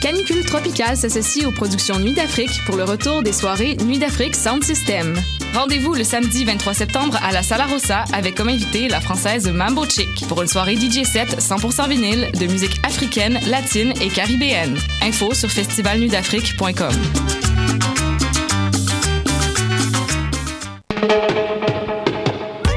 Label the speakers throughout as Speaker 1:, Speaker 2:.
Speaker 1: Canicule Tropicale s'associe aux productions Nuit d'Afrique pour le retour des soirées Nuit d'Afrique Sound System. Rendez-vous le samedi 23 septembre à la Sala Rossa avec comme invité la française Mambo Chick pour une soirée DJ set 100% vinyle de musique africaine, latine et caribéenne. Info sur festivalnudafrique.com.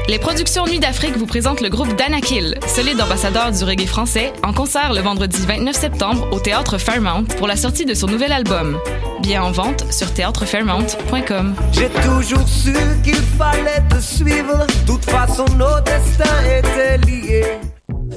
Speaker 1: Les productions Nuit d'Afrique vous présentent le groupe Danakil, solide ambassadeur du reggae français, en concert le vendredi 29 septembre au théâtre Fairmount pour la sortie de son nouvel album. Bien en vente sur théâtrefairmount.com.
Speaker 2: J'ai toujours su qu'il fallait te suivre, de toute façon nos destins étaient liés.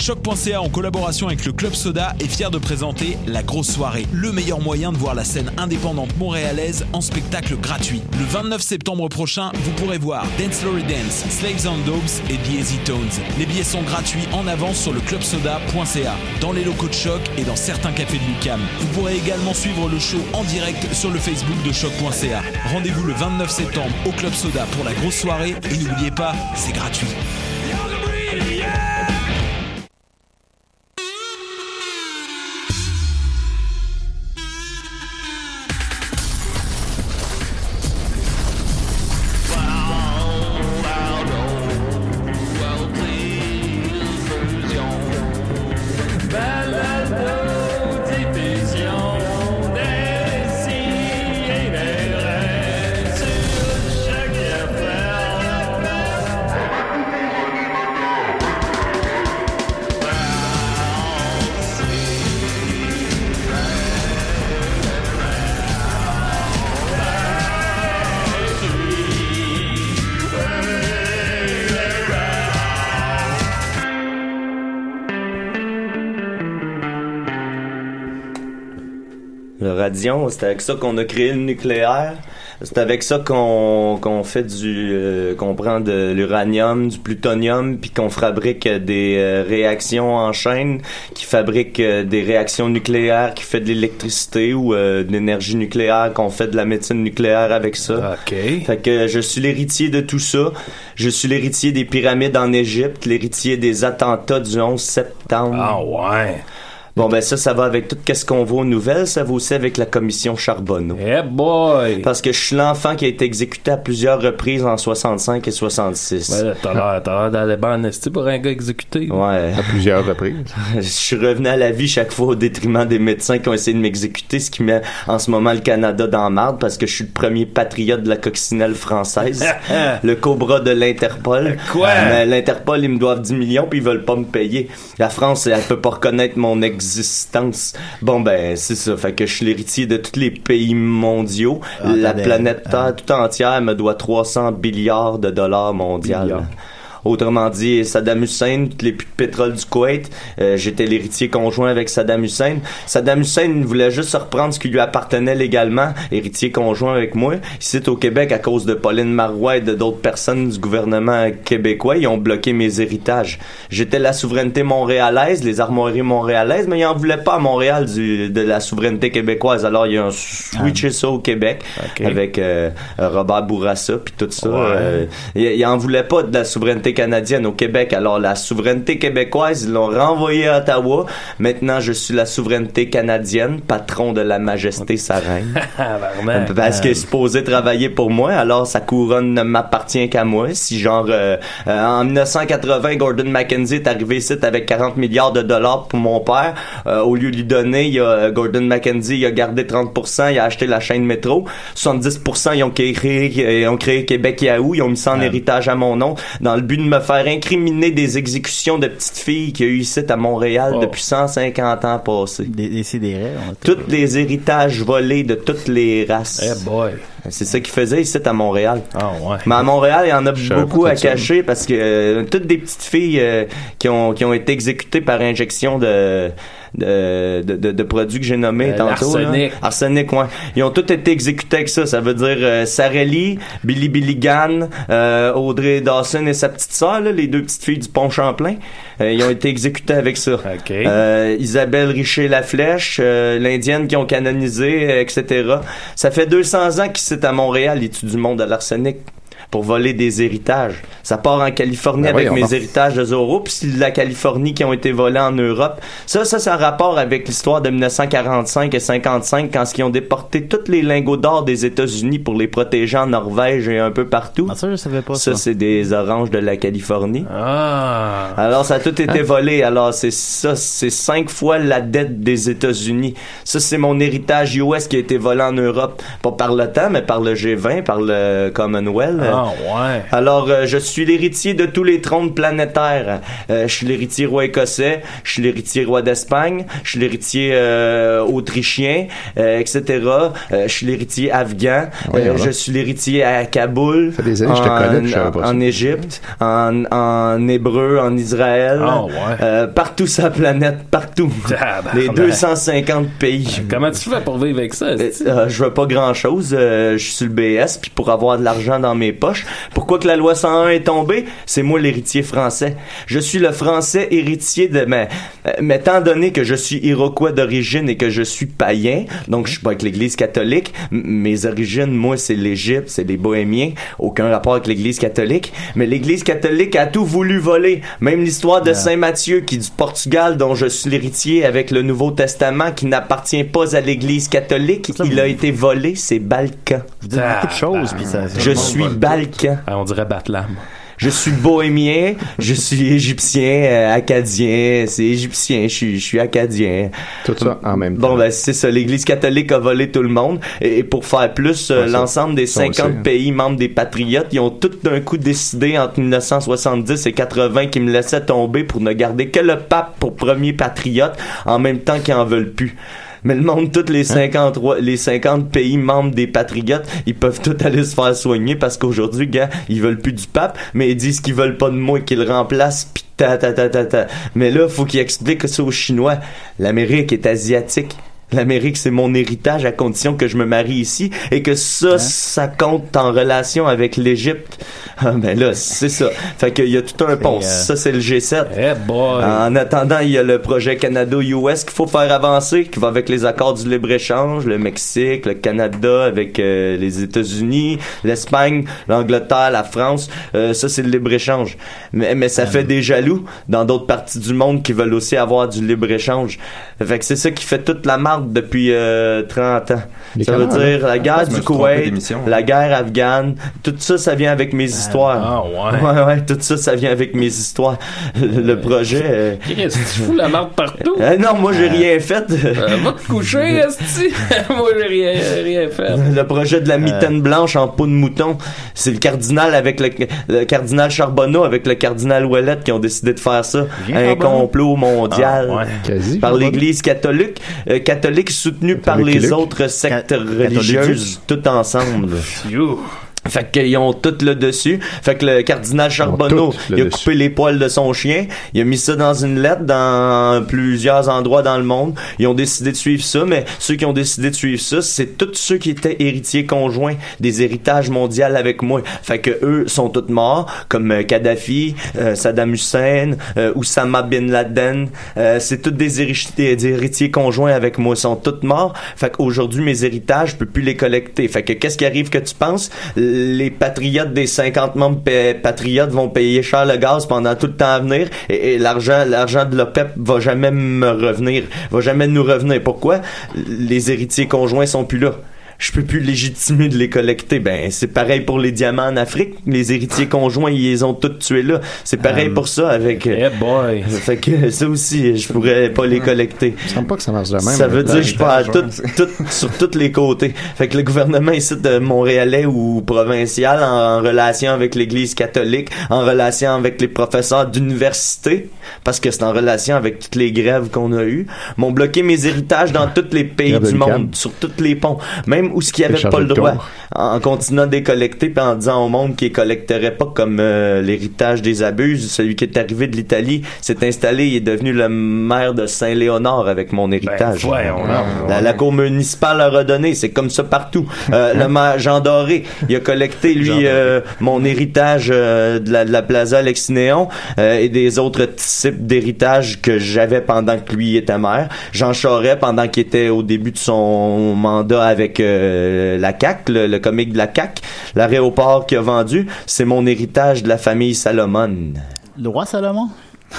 Speaker 3: Choc.ca en collaboration avec le Club Soda est fier de présenter La Grosse Soirée, le meilleur moyen de voir la scène indépendante montréalaise en spectacle gratuit. Le 29 septembre prochain, vous pourrez voir Dance Lory Dance, Slaves on Dogs et The Easy Tones. Les billets sont gratuits en avance sur le clubsoda.ca, dans les locaux de Choc et dans certains cafés de l'UCAM. Vous pourrez également suivre le show en direct sur le Facebook de Choc.ca. Rendez-vous le 29 septembre au Club Soda pour La Grosse Soirée et n'oubliez pas, c'est gratuit.
Speaker 4: Le radion, c'est avec ça qu'on a créé le nucléaire. C'est avec ça qu'on qu'on fait du euh, qu'on prend de l'uranium, du plutonium, puis qu'on fabrique des euh, réactions en chaîne, qui fabrique euh, des réactions nucléaires, qui fait de l'électricité ou euh, de l'énergie nucléaire, qu'on fait de la médecine nucléaire avec ça.
Speaker 5: OK.
Speaker 4: Fait que je suis l'héritier de tout ça. Je suis l'héritier des pyramides en Égypte, l'héritier des attentats du 11 septembre.
Speaker 5: Ah ouais.
Speaker 4: Bon, ben ça, ça va avec tout qu'est-ce qu'on voit aux nouvelles. Ça va aussi avec la commission Charbonneau.
Speaker 5: Eh boy.
Speaker 4: Parce que je suis l'enfant qui a été exécuté à plusieurs reprises en 65 et 66.
Speaker 5: Ouais, Ben, là, T'as l'air- t'as l'air d'aller bien en esti pour un gars exécuté.
Speaker 4: Ouais.
Speaker 6: à plusieurs reprises.
Speaker 4: Je suis revenu à la vie chaque fois au détriment des médecins qui ont essayé de m'exécuter, ce qui met en ce moment le Canada dans la marde parce que je suis le premier patriote de la coccinelle française, le cobra de l'Interpol. Euh,
Speaker 5: Quoi?
Speaker 4: Mais l'Interpol, ils me doivent 10 millions puis ils veulent pas me payer. La France, elle peut pas reconnaître mon existence. Bon ben, c'est ça. Fait que je suis l'héritier de tous les pays mondiaux. la
Speaker 6: attendez,
Speaker 4: planète Terre tout entière me doit 300 milliards de dollars mondiaux.
Speaker 6: Milliards.
Speaker 4: Autrement dit, Saddam Hussein, toutes les puits de pétrole du Koweït, euh, j'étais l'héritier conjoint avec Saddam Hussein. Saddam Hussein voulait juste se reprendre ce qui lui appartenait légalement, héritier conjoint avec moi. Ici au Québec, à cause de Pauline Marois et de d'autres personnes du gouvernement québécois, ils ont bloqué mes héritages. J'étais la souveraineté montréalaise, les armoiries montréalaises, mais ils en voulaient pas à Montréal du- de la souveraineté québécoise. Alors, ils ont switché ça au Québec
Speaker 5: Ok.
Speaker 4: avec euh, Robert Bourassa puis tout ça.
Speaker 5: Ouais.
Speaker 4: euh, ils, ils en voulaient pas de la souveraineté souveraineté canadienne au Québec. Alors la souveraineté québécoise, ils l'ont renvoyée à Ottawa. Maintenant, je suis la souveraineté canadienne, patron de la majesté sa reine.
Speaker 5: Ah, vraiment.
Speaker 4: Parce qu'elle est supposée travailler pour moi, alors sa couronne ne m'appartient qu'à moi. Si genre euh, euh, en 1980, Gordon Mackenzie est arrivé ici avec 40 milliards de dollars pour mon père, euh, au lieu de lui donner, il a, euh, Gordon Mackenzie il a gardé 30%, il a acheté la chaîne métro, 70% ils ont créé, ils ont créé Québec Yahoo, ils ont mis ça en
Speaker 5: Ah.
Speaker 4: héritage à mon nom dans le but de me faire incriminer des exécutions de petites filles qu'il y a eu ici à Montréal
Speaker 5: Oh.
Speaker 4: depuis 150 ans passés.
Speaker 6: Des, des CDR, on a tout-
Speaker 4: Tous les héritages volés de toutes les races.
Speaker 5: Eh boy.
Speaker 4: C'est ça qu'ils faisaient ici à Montréal.
Speaker 5: Ah ouais.
Speaker 4: Mais à Montréal, il y en a
Speaker 5: Je savais
Speaker 4: beaucoup
Speaker 5: pas
Speaker 4: à
Speaker 5: tout ça.
Speaker 4: cacher parce que euh, toutes des petites filles euh, qui, ont, qui ont été exécutées par injection de, de, de, de- de produits que j'ai nommés
Speaker 5: Euh,
Speaker 4: tantôt. là.
Speaker 5: l'arsenic.
Speaker 4: Arsenic, ouais. Ils ont toutes été exécutés avec ça. Ça veut dire euh, Sarelli, Billy Billigan, euh, Audrey Dawson et sa petite sœur, là, les deux petites filles du pont Champlain. Euh, ils ont été exécutés avec ça.
Speaker 5: Ok.
Speaker 4: Euh, Isabelle Richer Laflèche, euh, l'Indienne qui ont canonisé, euh, etc. Ça fait 200 ans qu'ils sont à Montréal, ils tuent du monde à l'arsenic pour voler des héritages. Ça part en Californie
Speaker 7: Ben
Speaker 4: avec
Speaker 7: voyons
Speaker 4: mes
Speaker 7: donc.
Speaker 4: héritages de Zorro, puis c'est de la Californie qui ont été volés en Europe. Ça, ça, c'est en rapport avec l'histoire de 1945 et 55 quand ils ont déporté tous les lingots d'or des États-Unis pour les protéger en Norvège et un peu partout.
Speaker 6: Ah, ça, je savais pas ça.
Speaker 4: Ça, c'est des oranges de la Californie.
Speaker 5: Ah.
Speaker 4: Alors, ça a tout été volé. Alors, c'est ça, c'est cinq fois la dette des États-Unis. Ça, c'est mon héritage US qui a été volé en Europe. Pas par l'OTAN, mais par le G20, par le Commonwealth.
Speaker 5: Ah ouais.
Speaker 4: Alors, euh, je suis l'héritier de tous les trônes planétaires. Euh, je suis l'héritier roi écossais, je suis l'héritier roi d'Espagne, je suis l'héritier euh, autrichien, euh, etc. Euh, je suis l'héritier afghan,
Speaker 7: Oui,
Speaker 4: Euh,
Speaker 7: alors.
Speaker 4: je suis l'héritier à Kaboul,
Speaker 7: fait des années que je te connais, puis je savais pas ça.
Speaker 4: en Égypte, en, en hébreu, en Israël,
Speaker 5: Ah ouais.
Speaker 4: Euh, partout sur la planète, partout.
Speaker 5: Tabarnak. Ben,
Speaker 4: les 250 pays.
Speaker 5: Comment tu fais pour vivre avec ça?
Speaker 4: Euh,
Speaker 5: c'est-tu?
Speaker 4: euh, je veux pas grand chose, je suis sur le BS puis pour avoir de l'argent dans mes poches. Pourquoi que la loi 101 est tombée C'est moi l'héritier français. Je suis le français héritier de mais euh, mais étant donné que je suis iroquois d'origine et que je suis païen, donc je suis pas avec l'église catholique, m- mes origines moi c'est l'Égypte, c'est les bohémiens, aucun rapport avec l'église catholique, mais l'église catholique a tout voulu voler, même l'histoire de Saint Matthieu qui est du Portugal dont je suis l'héritier avec le Nouveau Testament qui n'appartient pas à l'église catholique, il a été volé, c'est Balkan.
Speaker 6: Vous dites beaucoup de choses, puis ça.
Speaker 4: Je suis Balkan.
Speaker 5: Ah, on dirait Batlam.
Speaker 4: Je suis bohémien, je suis égyptien, euh, acadien, c'est égyptien, je suis, je suis acadien.
Speaker 7: Tout ça en même temps.
Speaker 4: Bon, ben, c'est ça. L'Église catholique a volé tout le monde. Et, et pour faire plus, euh,
Speaker 7: Ouais, ça,
Speaker 4: l'ensemble des
Speaker 7: ça, on le
Speaker 4: 50
Speaker 7: sait, hein.
Speaker 4: pays membres des Patriotes, ils ont tout d'un coup décidé entre 1970 et 80 qu'ils me laissaient tomber pour ne garder que le pape pour premier patriote en même temps qu'ils en veulent plus. Mais le monde, tous les
Speaker 7: Hein?
Speaker 4: 50, rois- les 50 pays membres des Patriotes, ils peuvent tout aller se faire soigner parce qu'aujourd'hui, gars, ils veulent plus du pape, mais ils disent qu'ils veulent pas de moi et qu'ils le remplacent pis ta ta ta ta ta. Mais là, faut qu'ils expliquent ça aux Chinois. L'Amérique est asiatique. L'Amérique, c'est mon héritage à condition que je me marie ici et que ça, ça compte en relation avec l'Égypte. Ah, ben là, c'est ça. Fait qu'il y a tout un
Speaker 5: euh,
Speaker 4: pont. Ça, c'est le G7.
Speaker 5: Eh boy.
Speaker 4: En attendant, il y a le projet Canada-US qu'il faut faire avancer, qui va avec les accords du libre-échange, le Mexique, le Canada, avec euh, les États-Unis, l'Espagne, l'Angleterre, la France. Euh, ça, c'est le libre-échange. Mais, mais ça fait des jaloux dans d'autres parties du monde qui veulent aussi avoir du libre-échange. Fait que c'est ça qui fait toute la marde depuis euh, 30 ans.
Speaker 7: Mais
Speaker 4: ça veut
Speaker 7: comment,
Speaker 4: dire la
Speaker 8: Ah,
Speaker 4: guerre
Speaker 8: je me
Speaker 4: du
Speaker 8: suis trompé
Speaker 4: Koweït,
Speaker 8: d'émission. hein.
Speaker 4: la guerre afghane, tout ça, ça vient avec mes histoires.
Speaker 5: Ah ouais.
Speaker 4: Ouais, ouais, tout ça, ça vient avec mes histoires. Le projet. euh,
Speaker 5: Chris, tu fous la marde partout.
Speaker 4: euh, non, moi, j'ai rien fait.
Speaker 5: Euh, va te coucher, esti. Moi, j'ai rien, rien fait. Euh.
Speaker 4: Le projet de la mitaine blanche en peau de mouton, c'est le cardinal avec le, le cardinal Charbonneau avec le cardinal Ouellette qui ont décidé de faire ça. Un
Speaker 6: Charbonneau.
Speaker 4: complot mondial.
Speaker 5: Ah, ouais.
Speaker 7: Quasi.
Speaker 4: Par
Speaker 7: je vois.
Speaker 4: l'Église catholique, euh, catholique soutenue par
Speaker 7: Catholique.
Speaker 4: les autres sectes
Speaker 6: Catholique.
Speaker 4: religieuses, tout ensemble.
Speaker 5: You.
Speaker 4: Fait qu'ils ont tout le dessus. Fait que le cardinal Charbonneau,
Speaker 7: tout le
Speaker 4: il a
Speaker 7: dessus.
Speaker 4: coupé les poils de son chien. Il a mis ça dans une lettre dans plusieurs endroits dans le monde. Ils ont décidé de suivre ça, mais ceux qui ont décidé de suivre ça, c'est tous ceux qui étaient héritiers conjoints des héritages mondiaux avec moi. Fait que eux sont tous morts, comme euh, Kadhafi, euh, Saddam Hussein, euh, Oussama Bin Laden. Euh, c'est tous des héritiers, des héritiers conjoints avec moi. Ils sont tous morts. Fait qu'aujourd'hui, mes héritages, je peux plus les collecter. Fait que qu'est-ce qui arrive que tu penses? les patriotes des 50 membres pa- patriotes vont payer cher le gaz pendant tout le temps à venir et, et l'argent l'argent de l'OPEP va jamais me revenir, va jamais nous revenir. Pourquoi? Les héritiers conjoints sont plus là. Je peux plus légitimer de les collecter. Ben, c'est pareil pour les diamants en Afrique. Les héritiers conjoints, ils les ont tous tués là. C'est pareil
Speaker 5: Hum.
Speaker 4: pour ça avec...
Speaker 5: Eh boy.
Speaker 4: Fait que ça aussi, je pourrais pas les collecter.
Speaker 7: Je sens pas que ça marche de même.
Speaker 4: Ça veut dire que je
Speaker 8: Ouais,
Speaker 4: parle
Speaker 8: ouais.
Speaker 4: tout, tout- sur tous les côtés. Fait que le gouvernement ici de Montréalais ou provincial en, en relation avec l'Église catholique, en relation avec les professeurs d'université, parce que c'est en relation avec toutes les grèves qu'on a eues, m'ont bloqué mes héritages dans tous les pays
Speaker 7: Grève de
Speaker 4: du
Speaker 7: l'UQAM.
Speaker 4: monde, sur tous les ponts, même où ce qu'il y
Speaker 7: T'es
Speaker 4: avait
Speaker 7: chargé
Speaker 4: pas le
Speaker 7: de
Speaker 4: droit,
Speaker 7: tour.
Speaker 4: en, en continuant de les collecter puis en disant au monde qu'ils collecterait pas comme euh, l'héritage des abuses. Celui qui est arrivé de l'Italie s'est installé, il est devenu le maire de Saint-Léonard avec mon héritage.
Speaker 8: voyons donc.
Speaker 4: Ben, la, la cour municipale a redonné, c'est comme ça partout. Euh, le maire Jean Doré, il a collecté lui euh, mon héritage euh, de, la, de la Plaza Lexinéon euh, et des autres types d'héritage que j'avais pendant que lui était maire. Jean Charest, pendant qu'il était au début de son mandat avec euh, la CAC, le, le comique de la CAC, l'aéroport qu'il a vendu, c'est mon héritage de la famille Salomon.
Speaker 6: Le roi Salomon?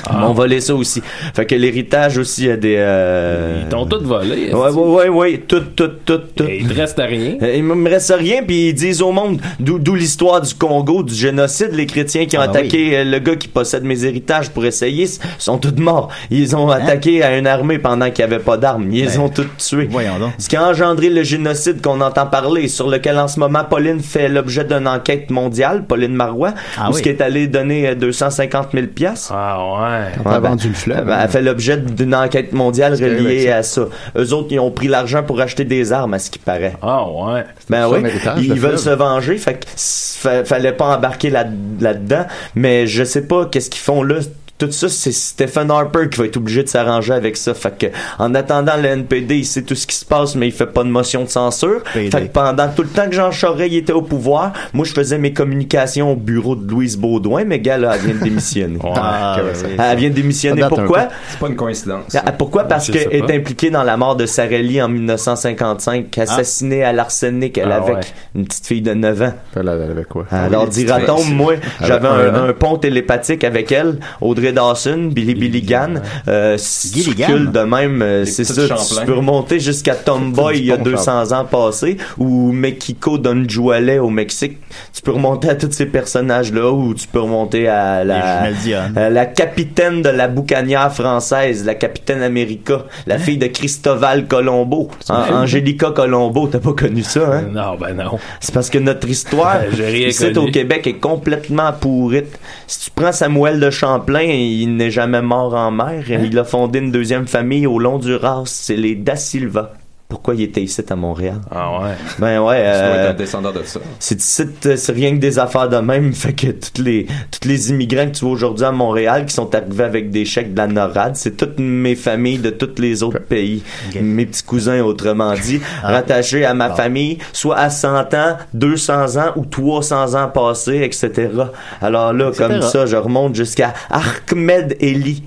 Speaker 5: Ah.
Speaker 4: On volait ça aussi. Fait que l'héritage aussi a des. euh,
Speaker 5: Ils t'ont tout volé.
Speaker 4: Ouais,
Speaker 5: esti.
Speaker 4: ouais, ouais, ouais, tout, tout, tout, tout.
Speaker 5: Et il te reste à rien.
Speaker 4: Euh, Il me reste rien, puis ils disent au monde, d'où d'où l'histoire du Congo, du génocide, les chrétiens qui ont
Speaker 6: Ah
Speaker 4: attaqué euh, le gars qui possède mes héritages pour essayer, s- sont tous morts. Ils ont attaqué à une armée pendant qu'il n'y avait pas d'armes. Ils
Speaker 7: Ben,
Speaker 6: Ben,
Speaker 4: les ont tous tués.
Speaker 6: Voyons donc.
Speaker 4: Ce qui a engendré le génocide qu'on entend parler, sur lequel en ce moment Pauline fait l'objet d'une enquête mondiale, Pauline Marois,
Speaker 6: Ah
Speaker 4: où
Speaker 6: oui.
Speaker 4: ce qui est allé donner euh, 250 000 piastres.
Speaker 5: Ah ouais.
Speaker 7: Quand t'as vendu le fleuve. hein.
Speaker 4: Ben, elle fait l'objet d'une enquête mondiale
Speaker 7: que avec
Speaker 4: reliée
Speaker 7: ça.
Speaker 4: à ça. Eux autres, ils ont pris l'argent pour acheter des armes, à ce qui paraît.
Speaker 5: Ah ouais.
Speaker 4: Ben
Speaker 7: son
Speaker 4: oui,
Speaker 7: héritage,
Speaker 4: ils
Speaker 7: le
Speaker 4: veulent
Speaker 7: fleuve.
Speaker 4: se venger, fait que s- fa- fallait pas embarquer là- là-dedans, mais je sais pas qu'est-ce qu'ils font là. Tout ça, c'est Stephen Harper qui va être obligé de s'arranger avec ça. Fait que, en attendant, le NPD, il sait tout ce qui se passe, mais il fait pas de motion de censure.
Speaker 6: PD.
Speaker 4: Fait que pendant tout le temps que Jean Charest il était au pouvoir, moi, je faisais mes communications au bureau de Louise Baudouin, mais gars, là, elle vient de démissionner.
Speaker 6: Ah,
Speaker 8: ouais,
Speaker 6: ouais,
Speaker 8: ouais.
Speaker 4: elle vient de démissionner.
Speaker 6: Ça date un
Speaker 4: Pourquoi?
Speaker 6: peu.
Speaker 8: C'est pas une coïncidence.
Speaker 4: Ah, Pourquoi? Parce
Speaker 5: je sais
Speaker 4: qu'elle est
Speaker 5: pas.
Speaker 4: impliquée dans la mort de Sarelli en 1955, assassinée à l'arsenic, elle
Speaker 5: Ah
Speaker 4: avec
Speaker 5: ouais.
Speaker 4: une petite fille de 9 ans.
Speaker 7: Elle elle avait quoi?
Speaker 4: Ah,
Speaker 6: Ah,
Speaker 4: Alors, dira-t-on, moi, j'avais
Speaker 7: un
Speaker 4: un,
Speaker 7: an.
Speaker 4: un pont télépathique avec elle, Audrey Dawson, Billy Billy Gann, euh, si tu
Speaker 6: Gilligan.
Speaker 4: recules de même, euh,
Speaker 8: Les
Speaker 4: c'est
Speaker 8: petites
Speaker 4: ça, tu
Speaker 8: Champlain.
Speaker 4: peux remonter jusqu'à Tomboy
Speaker 7: C'est
Speaker 4: il y a
Speaker 7: du bon
Speaker 4: 200 ans passés, ou Mexico Don Juale au Mexique. Tu peux remonter à tous ces personnages-là, ou tu peux remonter à la...
Speaker 6: Les jumelles Dionne.
Speaker 4: euh, la capitaine de la boucanière française, la capitaine America, la fille de Cristoval Colombo, An- Angelica Colombo, t'as pas connu ça, hein?
Speaker 5: Non, ben non.
Speaker 4: C'est parce que notre histoire,
Speaker 5: J'ai rien
Speaker 4: ici
Speaker 5: connu.
Speaker 4: au Québec, est complètement pourrite. Si tu prends Samuel de Champlain, il n'est jamais mort en mer.
Speaker 5: Hein?
Speaker 4: Il a fondé une deuxième famille au long du Ras. C'est les Da Silva. Pourquoi il était ici à Montréal?
Speaker 5: Ah ouais.
Speaker 4: Ben ouais,
Speaker 8: Ça doit
Speaker 4: euh,
Speaker 8: être un descendant de ça.
Speaker 4: c'est ici, euh, c'est rien que des affaires de même. Fait que toutes les, toutes les immigrants que tu vois aujourd'hui à Montréal qui sont arrivés avec des chèques de la NORAD, c'est toutes mes familles de tous les autres pays.
Speaker 6: Ok.
Speaker 4: Mes petits cousins, autrement dit, rattachés à ma famille, soit à 100 ans, 200 ans ou 300 ans passés, etc. Alors là,
Speaker 6: Etc.
Speaker 4: comme ça, je remonte jusqu'à Ahmed Eli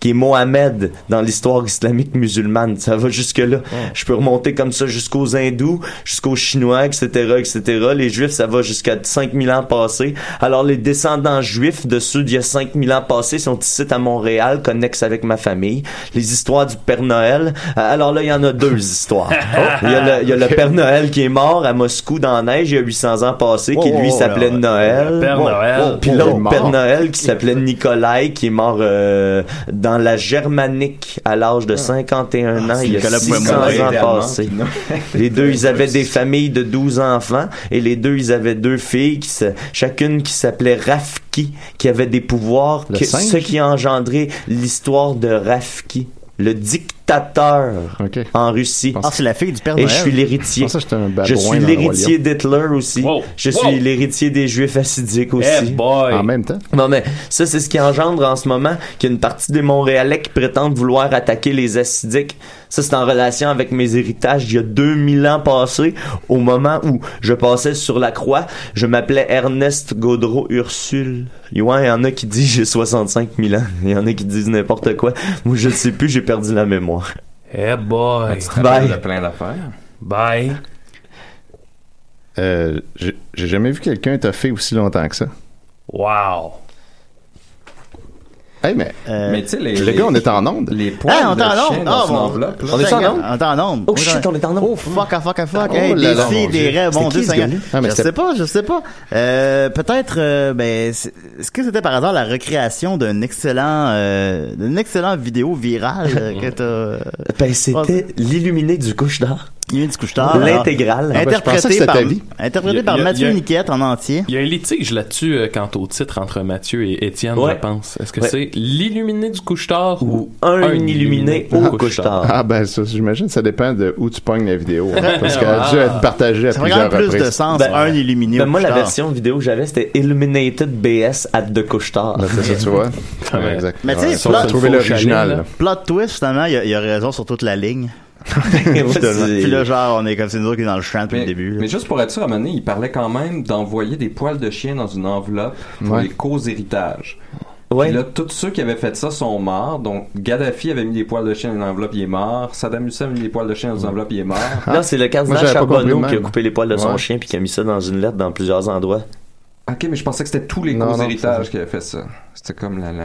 Speaker 4: qui est Mohamed dans l'histoire islamique musulmane. Ça va jusque-là. Je peux remonter comme ça jusqu'aux hindous, jusqu'aux chinois, etc., etc. Les juifs, ça va jusqu'à 5000 ans passés. Alors, les descendants juifs de ceux d'il y a 5000 ans passés sont ici à Montréal, connexes avec ma famille. Les histoires du Père Noël. Euh, Alors là, il y en a deux histoires. Oh, Il y a, le, il y a le Père Noël qui est mort à Moscou dans la neige il y a 800 ans passés, qui
Speaker 6: Wow,
Speaker 4: lui
Speaker 6: wow,
Speaker 4: s'appelait
Speaker 6: là,
Speaker 4: Noël.
Speaker 5: Père
Speaker 4: Wow.
Speaker 5: Noël.
Speaker 4: Puis
Speaker 7: Oh,
Speaker 4: l'autre
Speaker 7: il est mort.
Speaker 4: Père Noël qui s'appelait Nikolai, qui est mort euh, dans la germanique à l'âge
Speaker 7: Ah.
Speaker 4: de 51 ans, il y a
Speaker 6: Nicolas
Speaker 4: 600
Speaker 6: Poincaré,
Speaker 4: ans
Speaker 8: idéalement,
Speaker 4: passé.
Speaker 8: puis non.
Speaker 4: Les deux, ils avaient des familles de 12 enfants et les deux, ils avaient deux filles, qui se, chacune qui s'appelait Rafki, qui avait des pouvoirs,
Speaker 7: Le
Speaker 4: que-
Speaker 7: singe?
Speaker 4: ce qui a engendré l'histoire de Rafki, le dictateur
Speaker 7: Ok.
Speaker 4: en Russie.
Speaker 6: Ah, c'est la fille du Père
Speaker 4: Et
Speaker 6: Noël.
Speaker 4: je suis l'héritier.
Speaker 7: Je pensais que j'étais un babouin
Speaker 4: Je suis
Speaker 7: dans le Roi
Speaker 4: l'héritier d'Hitler aussi.
Speaker 5: Wow.
Speaker 4: Je
Speaker 5: Wow.
Speaker 4: suis l'héritier des Juifs assidiques aussi.
Speaker 5: Eh boy.
Speaker 7: Lion. En même temps.
Speaker 4: Non mais ça c'est ce qui engendre en ce moment qu'il y a une partie des Montréalais qui prétendent vouloir attaquer les acidiques. Ça c'est en relation avec mes héritages d'il y a 2000 ans passés au moment où je passais sur la croix, je m'appelais Ernest Gaudreau Ursule. Et Ouais, il y en a qui disent j'ai 65 000 ans, il y en a qui disent n'importe quoi. Moi je le sais plus, j'ai perdu la mémoire.
Speaker 5: Eh boy.
Speaker 8: Tu te rappelles de plein d'affaires.
Speaker 5: Bye.
Speaker 7: euh, j'ai j'ai jamais vu quelqu'un toffer aussi longtemps que ça.
Speaker 8: Wow.
Speaker 7: Hey, mais
Speaker 6: Euh,
Speaker 9: Mais tu sais, les,
Speaker 7: le
Speaker 9: les-
Speaker 7: gars, on est en onde.
Speaker 9: les poils
Speaker 6: Ah, on
Speaker 9: de
Speaker 6: est en
Speaker 9: chien
Speaker 6: onde!
Speaker 9: dans
Speaker 6: Ah,
Speaker 9: une
Speaker 6: bon.
Speaker 9: enveloppe, là.
Speaker 4: On est en onde?
Speaker 6: On est en onde.
Speaker 4: Oh shit, on est en onde.
Speaker 6: Oh fuck, ah, fuck, ah, fuck.
Speaker 7: Oh
Speaker 6: hey,
Speaker 7: là
Speaker 6: des
Speaker 7: là,
Speaker 6: filles,
Speaker 7: mon
Speaker 6: des
Speaker 7: Dieu.
Speaker 6: rêves,
Speaker 7: C'était
Speaker 6: mon
Speaker 7: qui,
Speaker 6: Dieu
Speaker 7: ce
Speaker 6: Seigneur.
Speaker 7: gars-là? Ah, mais
Speaker 6: je
Speaker 7: c'était-
Speaker 6: sais pas, je sais pas. Euh, peut-être, euh, ben, c'est- est-ce que c'était par hasard la recréation d'un excellent, euh, d'une excellente vidéo virale euh, que t'as, euh,
Speaker 4: Ben, c'était l'illuminé du couche d'art.
Speaker 6: mis du couche-tard?
Speaker 4: L'intégrale.
Speaker 7: ben, je pensais que
Speaker 6: Interprété
Speaker 7: c'était
Speaker 6: par,
Speaker 7: ta vie.
Speaker 8: Il y
Speaker 6: interprété
Speaker 8: a-
Speaker 6: par
Speaker 8: il y a- il
Speaker 6: Mathieu
Speaker 8: y a-
Speaker 6: Niquette en entier.
Speaker 8: Il y a un litige là-dessus euh, quant au titre entre Mathieu et Étienne,
Speaker 4: Ouais.
Speaker 8: je pense. Est-ce que
Speaker 4: Ouais.
Speaker 8: c'est l'illuminé du couche-tard ou
Speaker 4: Un, illuminé au couche d'art.
Speaker 7: Ah ben ça, j'imagine ça dépend de où tu pognes la vidéo. hein, parce qu'elle a dû être partagée à
Speaker 6: Ça aurait quand
Speaker 7: plusieurs
Speaker 6: même plus de
Speaker 7: reprises.
Speaker 6: sens,
Speaker 4: Ben,
Speaker 6: un illuminé
Speaker 4: Ben,
Speaker 6: au
Speaker 4: moi, la
Speaker 6: couche-tard.
Speaker 4: version vidéo que j'avais, c'était Illuminated BS at de couche d'art.
Speaker 7: Ben, c'est ça, tu vois.
Speaker 8: Ouais.
Speaker 7: Ouais, exact.
Speaker 6: Mais tu sais,
Speaker 7: Ouais.
Speaker 6: Sauf
Speaker 7: Faut
Speaker 6: le
Speaker 7: trouver
Speaker 8: faux
Speaker 7: l'original.
Speaker 8: chalet,
Speaker 7: là.
Speaker 6: Plot twist, finalement, il y a- il y a raison sur toute la ligne. Puis là, genre, on est comme c'est nous autres qui est dans le champ depuis
Speaker 9: Mais,
Speaker 6: le début. là.
Speaker 9: mais juste pour être sûr, à un moment donné, il parlait quand même d'envoyer des poils de chien dans une enveloppe pour
Speaker 7: Ouais.
Speaker 9: les causes héritage.
Speaker 4: Ouais.
Speaker 9: Puis là, tous ceux qui avaient fait ça sont morts. Donc, Gaddafi avait mis des poils de chien dans une enveloppe, il est mort. Saddam Hussein avait mis des poils de chien dans une enveloppe, il est mort.
Speaker 4: Non, Ah. c'est le
Speaker 7: Moi,
Speaker 4: cardinal
Speaker 7: j'avais pas compris
Speaker 4: Charbonneau
Speaker 7: le
Speaker 4: qui a
Speaker 7: même.
Speaker 4: coupé les poils de son
Speaker 7: Ouais.
Speaker 4: chien puis qui a mis ça dans une lettre dans plusieurs endroits.
Speaker 9: ok, mais je pensais que c'était tous les
Speaker 7: Non,
Speaker 9: causes
Speaker 7: non,
Speaker 9: héritage
Speaker 7: c'est-
Speaker 9: qui avaient fait ça. C'était comme la... la...